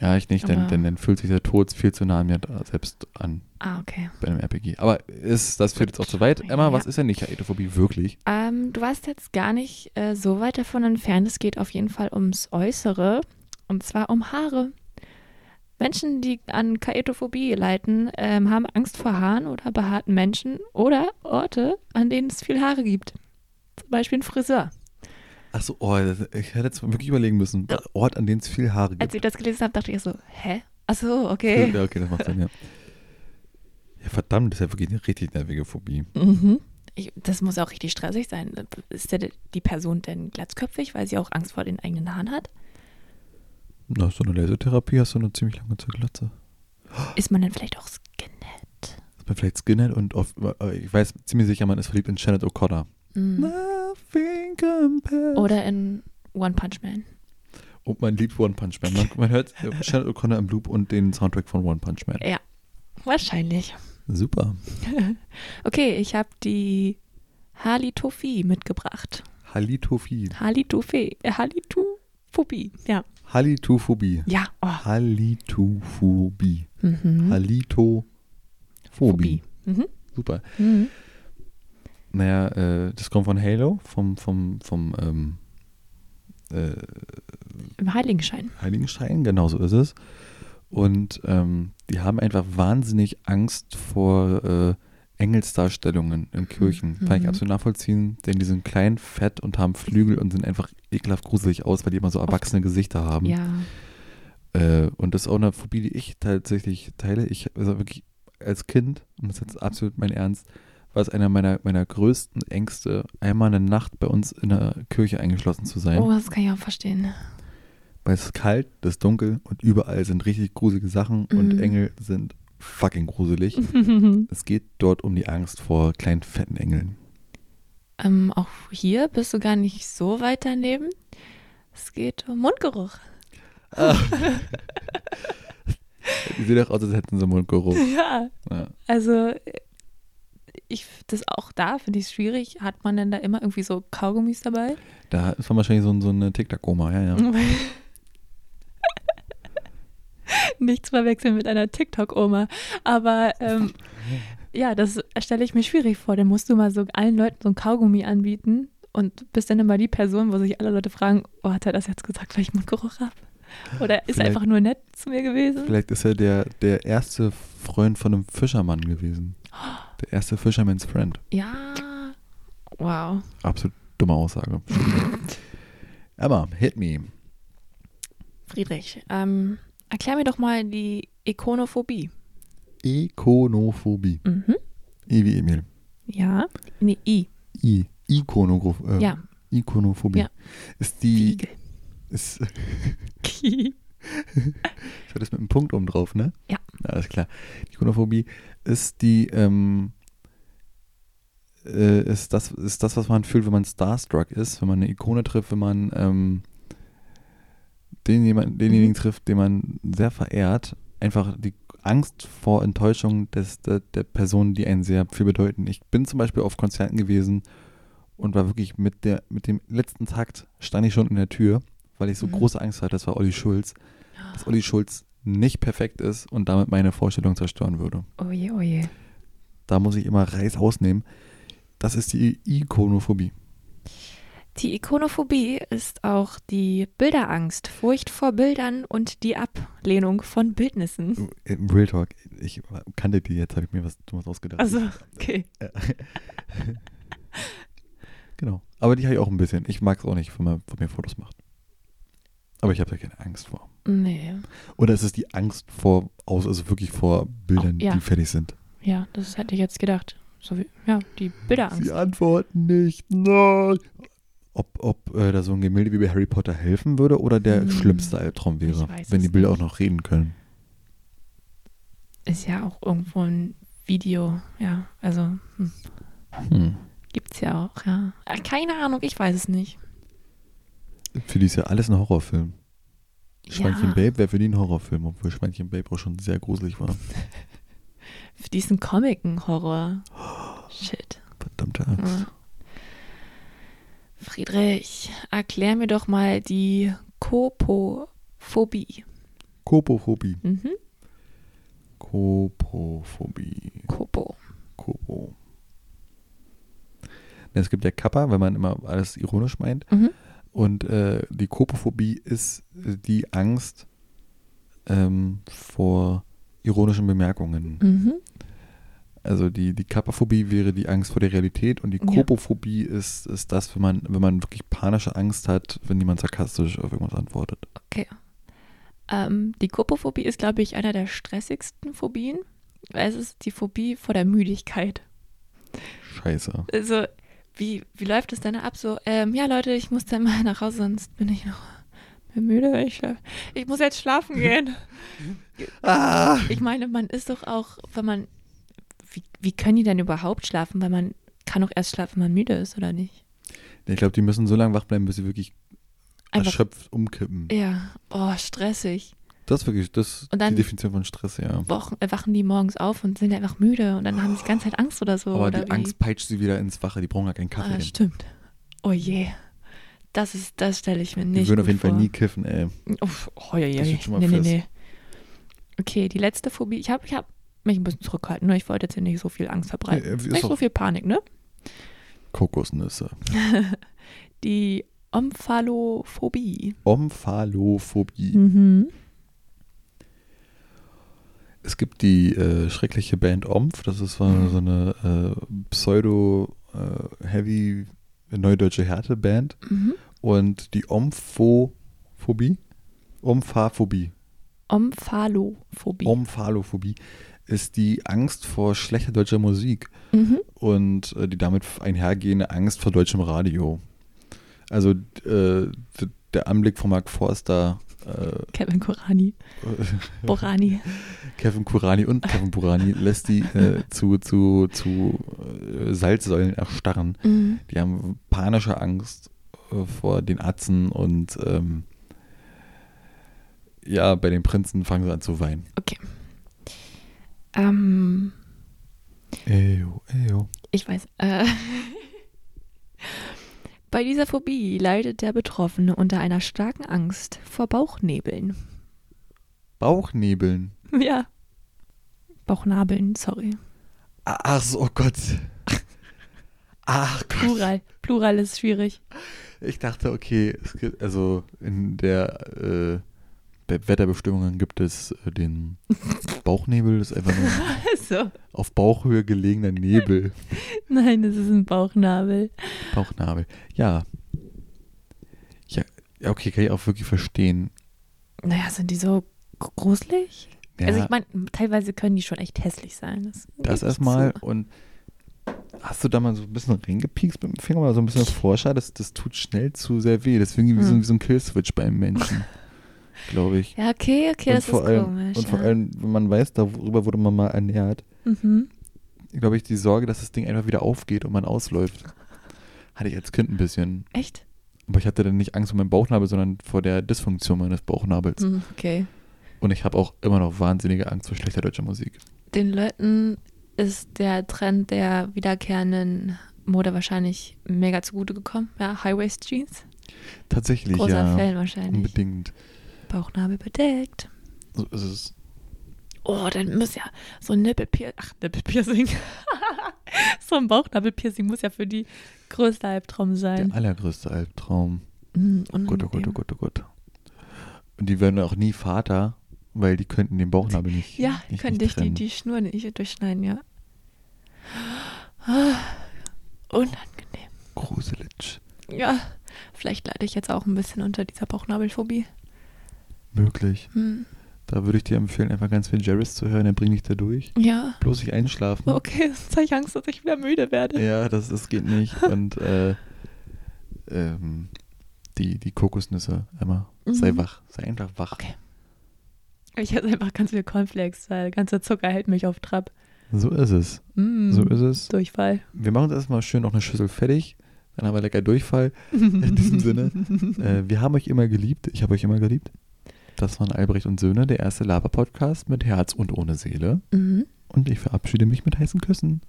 Speaker 5: Ja, ich nicht, denn,
Speaker 2: Aber-
Speaker 5: denn dann fühlt sich der Tod viel zu nah an mir da selbst an
Speaker 2: Ah, okay.
Speaker 5: bei einem RPG. Aber ist, das führt jetzt auch zu weit. Emma,
Speaker 2: Ja.
Speaker 5: was ist denn die Chaetophobie wirklich?
Speaker 2: Ähm, du warst jetzt gar nicht äh, so weit davon entfernt. Es geht auf jeden Fall ums Äußere und zwar um Haare. Menschen, die an Kaetophobie leiden, ähm, haben Angst vor Haaren oder behaarten Menschen oder Orte, an denen es viel Haare gibt. Zum Beispiel ein Friseur.
Speaker 5: Achso, oh, das- ich hätte jetzt wirklich überlegen müssen. Ort, an dem es viel Haare gibt.
Speaker 2: Als ich das gelesen habe, dachte ich so, hä? Ach so, okay.
Speaker 5: Ja, okay, das macht Sinn, ja. Ja, verdammt, das ist ja wirklich eine richtig nervige Phobie.
Speaker 2: Mhm. Ich, das muss auch richtig stressig sein. Ist der, die Person denn glatzköpfig, weil sie auch Angst vor den eigenen Haaren hat?
Speaker 5: Na, so eine Lasertherapie hast du eine ziemlich lange zur Glatze.
Speaker 2: Ist man dann vielleicht auch Skinhead?
Speaker 5: Ist man vielleicht Skinhead und oft, äh, ich weiß ziemlich sicher, man ist verliebt in Janet O'Connor. Hm.
Speaker 2: Mhm.
Speaker 5: Nothing compares.
Speaker 2: Oder in One Punch Man?
Speaker 5: Und man liebt One Punch Man. Man, man hört Janet O'Connor im Loop und den Soundtrack von One Punch Man.
Speaker 2: Wahrscheinlich.
Speaker 5: Super.
Speaker 2: Okay, ich habe die Halitophie mitgebracht.
Speaker 5: Halitophobie.
Speaker 2: Halitophie. äh, Halitophobie. Ja.
Speaker 5: Halitophobie.
Speaker 2: Ja. Oh.
Speaker 5: Halitophobie.
Speaker 2: Mhm.
Speaker 5: Halitophobie.
Speaker 2: Phobie. Mhm.
Speaker 5: Super.
Speaker 2: Mhm.
Speaker 5: Naja, äh, das kommt von Halo, vom, vom, vom ähm, äh,
Speaker 2: Im Heiligenschein.
Speaker 5: Heiligenschein, genau so ist es. Und ähm, die haben einfach wahnsinnig Angst vor äh, Engelsdarstellungen in Kirchen. Kann ich absolut nachvollziehen, denn die sind klein, fett und haben Flügel und sehen einfach ekelhaft gruselig aus, weil die immer so erwachsene Gesichter haben.
Speaker 2: Ja.
Speaker 5: Äh, und das ist auch eine Phobie, die ich tatsächlich teile. Ich also wirklich als Kind, und das ist jetzt absolut mein Ernst, war es einer meiner, meiner größten Ängste, einmal eine Nacht bei uns in der Kirche eingeschlossen zu sein.
Speaker 2: Oh, das kann ich auch verstehen.
Speaker 5: Weil es ist kalt, es ist dunkel und überall sind richtig gruselige Sachen und
Speaker 2: Mhm.
Speaker 5: Engel sind fucking gruselig.
Speaker 2: ähm,
Speaker 5: es geht dort um die Angst vor kleinen, fetten Engeln.
Speaker 2: Ähm, auch hier bist du gar nicht so weit daneben. Es geht um Mundgeruch.
Speaker 5: Die sehen doch aus, als hätten sie Mundgeruch.
Speaker 2: Ja.
Speaker 5: Ja.
Speaker 2: Also ich das auch da finde ich schwierig. Hat man denn da immer irgendwie so Kaugummis dabei?
Speaker 5: Da ist man wahrscheinlich so, ein- so eine Tic-Tac-Oma, ja,
Speaker 2: Mhm.
Speaker 5: ja.
Speaker 2: Nichts verwechseln mit einer TikTok-Oma. Aber ähm, ja, das stelle ich mir schwierig vor. Dann musst du mal so allen Leuten so ein Kaugummi anbieten und bist dann immer die Person, wo sich alle Leute fragen, oh, hat er das jetzt gesagt, weil ich Mundgeruch habe? Oder ist er
Speaker 5: Vielleicht-
Speaker 2: einfach nur nett zu mir gewesen?
Speaker 5: Vielleicht ist er der, der erste Freund von einem Fischermann gewesen. Der erste Fisherman's Friend.
Speaker 2: Ja. Wow.
Speaker 5: Absolut dumme Aussage. Emma, hit me.
Speaker 2: Friedrich, ähm, erklär mir doch mal die Ikonophobie.
Speaker 5: Ikonophobie.
Speaker 2: Mhm.
Speaker 5: E wie Emil.
Speaker 2: Ja. Nee, I.
Speaker 5: I. Ikonograf äh,
Speaker 2: Ja.
Speaker 5: Ikonophobie.
Speaker 2: Ja.
Speaker 5: Ist die.
Speaker 2: Igel.
Speaker 5: Ist, ich hatte das mit einem Punkt oben drauf, ne?
Speaker 2: Ja.
Speaker 5: Alles klar. Die Ikonophobie ist die. Ähm, äh, ist, das, ist das, was man fühlt, wenn man Starstruck ist, wenn man eine Ikone trifft, wenn man ähm, den jemand, denjenigen trifft, den man sehr verehrt. Einfach die Angst vor Enttäuschung des, der, der Personen, die einen sehr viel bedeuten. Ich bin zum Beispiel auf Konzerten gewesen und war wirklich mit, der, mit dem letzten Takt stand ich schon in der Tür, weil ich so
Speaker 2: Mhm.
Speaker 5: große Angst hatte, das war Olli Schulz, dass Olli Schulz nicht perfekt ist und damit meine Vorstellung zerstören würde.
Speaker 2: Oje, oje.
Speaker 5: Da muss ich immer Reis ausnehmen. Das ist die Ikonophobie.
Speaker 2: Die Ikonophobie ist auch die Bilderangst, Furcht vor Bildern und die Ablehnung von Bildnissen.
Speaker 5: Im Real Talk, ich kannte die jetzt, habe ich mir was Dummes ausgedacht.
Speaker 2: Also, okay.
Speaker 5: Genau. Aber die habe ich auch ein bisschen. Ich mag es auch nicht, wenn man von mir Fotos macht. Aber ich habe da keine Angst vor.
Speaker 2: Nee.
Speaker 5: Oder es ist die Angst vor, aus- also wirklich vor Bildern,
Speaker 2: Oh, ja.
Speaker 5: die fertig sind.
Speaker 2: Ja, das hätte ich jetzt gedacht. So wie, ja, die Bilderangst.
Speaker 5: Sie antworten nicht. Nein. Ob, ob äh, da so ein Gemälde wie bei Harry Potter helfen würde oder der
Speaker 2: Hm.
Speaker 5: schlimmste Albtraum wäre,
Speaker 2: Ich weiß
Speaker 5: wenn die
Speaker 2: es
Speaker 5: Bilder
Speaker 2: nicht.
Speaker 5: auch noch reden können.
Speaker 2: Ist ja auch irgendwo ein Video. Ja, also hm,
Speaker 5: Hm.
Speaker 2: gibt's ja auch, ja. Äh, Keine Ahnung, ich weiß es nicht.
Speaker 5: Für die ist ja alles ein Horrorfilm. Schweinchen
Speaker 2: Ja,
Speaker 5: Babe wäre für die ein Horrorfilm, obwohl Schweinchen Babe auch schon sehr gruselig war.
Speaker 2: für diesen Comic ein Horror. Shit.
Speaker 5: Verdammte Angst.
Speaker 2: Ja. Friedrich, erklär mir doch mal die Kopophobie.
Speaker 5: Kopophobie.
Speaker 2: Mhm.
Speaker 5: Kopophobie.
Speaker 2: Kopo.
Speaker 5: Kopo. Na, Es gibt ja Kappa, wenn man immer alles ironisch meint.
Speaker 2: Mhm.
Speaker 5: Und äh, die Kopophobie ist äh, die Angst ähm, vor ironischen Bemerkungen.
Speaker 2: Mhm.
Speaker 5: Also die, die Kappaphobie wäre die Angst vor der Realität und die
Speaker 2: Ja.
Speaker 5: Kopophobie ist, ist das, wenn man, wenn man wirklich panische Angst hat, wenn jemand sarkastisch auf irgendwas antwortet.
Speaker 2: Ähm, die Kopophobie ist, glaube ich, einer der stressigsten Phobien. Es ist die Phobie vor der Müdigkeit.
Speaker 5: Scheiße.
Speaker 2: Also, wie, wie läuft es denn ab? So, ähm, ja, Leute, ich muss dann mal nach Hause, sonst bin ich noch müde. Ich, schlaf- ich muss jetzt schlafen gehen.
Speaker 5: Ah!
Speaker 2: Ich meine, man ist doch auch, wenn man. Wie, wie können die denn überhaupt schlafen? Weil man kann doch erst schlafen, wenn man müde ist, oder nicht?
Speaker 5: Ich glaube, die müssen so lange wach bleiben, bis sie wirklich
Speaker 2: Einfach.
Speaker 5: erschöpft umkippen.
Speaker 2: Ja, oh, stressig.
Speaker 5: Das ist wirklich, das ist
Speaker 2: Und dann-
Speaker 5: die Definition von Stress, ja.
Speaker 2: Wochen, äh, wachen die morgens auf und sind einfach müde und dann haben sie die ganze Zeit Angst oder so.
Speaker 5: Aber
Speaker 2: oder
Speaker 5: die
Speaker 2: wie?
Speaker 5: Angst peitscht sie wieder ins Wache, die brauchen gar keinen Kaffee.
Speaker 2: Ah,
Speaker 5: hin.
Speaker 2: stimmt. Oh je. Das ist, das stelle ich mir
Speaker 5: die
Speaker 2: nicht.
Speaker 5: würden auf
Speaker 2: gut
Speaker 5: jeden Fall
Speaker 2: vor.
Speaker 5: nie kiffen, ey.
Speaker 2: Uff, oh, ja, ja,
Speaker 5: Das
Speaker 2: ja.
Speaker 5: steht schon mal
Speaker 2: nee, nee,
Speaker 5: fest.
Speaker 2: nee. Okay, die letzte Phobie. Ich habe ich hab mich ein bisschen zurückgehalten. Ne? Ich wollte jetzt hier nicht so viel Angst verbreiten.
Speaker 5: Ja, ist
Speaker 2: nicht
Speaker 5: doch-
Speaker 2: so viel Panik, ne?
Speaker 5: Kokosnüsse.
Speaker 2: Die Omphalophobie.
Speaker 5: Omphalophobie.
Speaker 2: Mhm.
Speaker 5: Es gibt die äh, schreckliche Band Omf, das ist so eine, so eine äh, Pseudo-Heavy Neudeutsche Härte-Band.
Speaker 2: Mhm.
Speaker 5: Und die Omphophobie, Omphaphobie,
Speaker 2: Omphalophobie.
Speaker 5: Omphalophobie ist die Angst vor schlechter deutscher Musik
Speaker 2: mhm.
Speaker 5: und äh, die damit einhergehende Angst vor deutschem Radio. Also äh, d- der Anblick von Mark Forster, äh,
Speaker 2: Kevin Korani. Borani.
Speaker 5: Kevin Kurani und Kevin Burani lässt die äh, zu, zu, zu äh, Salzsäulen erstarren.
Speaker 2: Mhm.
Speaker 5: Die haben panische Angst äh, vor den Atzen und ähm, ja, bei den Prinzen fangen sie an zu weinen.
Speaker 2: Ähm,
Speaker 5: Ejo, ejo.
Speaker 2: ich weiß. Äh, bei dieser Phobie leidet der Betroffene unter einer starken Angst vor Bauchnebeln.
Speaker 5: Bauchnebeln.
Speaker 2: Ja. Bauchnabeln, sorry.
Speaker 5: Ah, Ach so, oh Gott. Ach Gott.
Speaker 2: Plural. Plural ist schwierig.
Speaker 5: Ich dachte, okay, es gibt, also in der äh, Be- Wetterbestimmungen gibt es äh, den Bauchnebel, das ist einfach nur
Speaker 2: So.
Speaker 5: ein auf Bauchhöhe gelegener Nebel.
Speaker 2: Nein, das ist ein Bauchnabel.
Speaker 5: Bauchnabel. Ja. Ja, ja, okay, kann ich auch wirklich verstehen.
Speaker 2: Naja, sind die so gr- gruselig?
Speaker 5: Ja,
Speaker 2: Also ich meine, teilweise können die schon echt hässlich sein. Das, gebe
Speaker 5: das
Speaker 2: ich
Speaker 5: erstmal
Speaker 2: zu.
Speaker 5: und hast du da mal so ein bisschen reingepiekst mit dem Finger oder so ein bisschen Forscher? Das, das tut schnell zu sehr weh. Deswegen wie, so,
Speaker 2: Hm.
Speaker 5: wie so ein Killswitch beim Menschen, glaube ich.
Speaker 2: Ja, okay, okay, das ist
Speaker 5: vor allem,
Speaker 2: komisch.
Speaker 5: Und vor
Speaker 2: ja.
Speaker 5: allem, wenn man weiß, darüber wurde man mal ernährt,
Speaker 2: mhm.
Speaker 5: glaube ich, die Sorge, dass das Ding einfach wieder aufgeht und man ausläuft. Hatte ich als Kind ein bisschen.
Speaker 2: Echt?
Speaker 5: Aber ich hatte dann nicht Angst vor meinem Bauchnabel, sondern vor der Dysfunktion meines Bauchnabels.
Speaker 2: Hm, okay.
Speaker 5: Und ich habe auch immer noch wahnsinnige Angst vor schlechter deutscher Musik.
Speaker 2: Den Leuten ist der Trend der wiederkehrenden Mode wahrscheinlich mega zugute gekommen. Ja, High-Waist-Jeans.
Speaker 5: Tatsächlich,
Speaker 2: Großer
Speaker 5: ja.
Speaker 2: Fan wahrscheinlich.
Speaker 5: Unbedingt.
Speaker 2: Bauchnabel bedeckt.
Speaker 5: So ist es.
Speaker 2: Oh, dann muss ja so ein Nippelpiercing. Ach, Nippelpiercing. so ein Bauchnabelpiercing muss ja für die größte Albtraum
Speaker 5: Der
Speaker 2: sein.
Speaker 5: allergrößte Albtraum.
Speaker 2: Mm,
Speaker 5: Gott, oh Gott, oh
Speaker 2: unangenehm.
Speaker 5: Gott, oh Gott. Und die werden auch nie Vater, weil die könnten den Bauchnabel nicht.
Speaker 2: Ja,
Speaker 5: nicht,
Speaker 2: könnte
Speaker 5: nicht
Speaker 2: ich die,
Speaker 5: trennen.
Speaker 2: die Schnur nicht durchschneiden, ja. Ah, Unangenehm.
Speaker 5: Gruselig.
Speaker 2: Ja, vielleicht leide ich jetzt auch ein bisschen unter dieser Bauchnabelphobie.
Speaker 5: Möglich.
Speaker 2: Hm.
Speaker 5: Da würde ich dir empfehlen, einfach ganz viel Jarvis zu hören, dann bring dich da durch.
Speaker 2: Ja,
Speaker 5: Bloß nicht einschlafen.
Speaker 2: okay, jetzt habe ich Angst, dass ich wieder müde werde.
Speaker 5: Hm. Ja, das, das geht nicht. Und äh, ähm, die, die Kokosnüsse, Emma. Sei
Speaker 2: Mhm.
Speaker 5: wach. Sei einfach wach.
Speaker 2: Okay. Ich esse einfach ganz viel Cornflakes, weil der ganze Zucker hält mich auf Trab.
Speaker 5: So ist es.
Speaker 2: Mm,
Speaker 5: So ist es.
Speaker 2: Durchfall.
Speaker 5: Wir machen uns erstmal schön noch eine Schüssel fertig. Dann haben wir lecker Durchfall. In diesem Sinne, äh, wir haben euch immer geliebt. Ich habe euch immer geliebt. Das waren Albrecht und Söhne, der erste Laber-Podcast mit Herz und ohne Seele.
Speaker 2: Mhm.
Speaker 5: Und ich verabschiede mich mit heißen Küssen.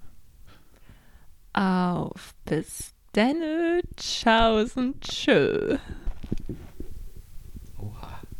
Speaker 2: Auf bis dann. Tschaußen. Tschö.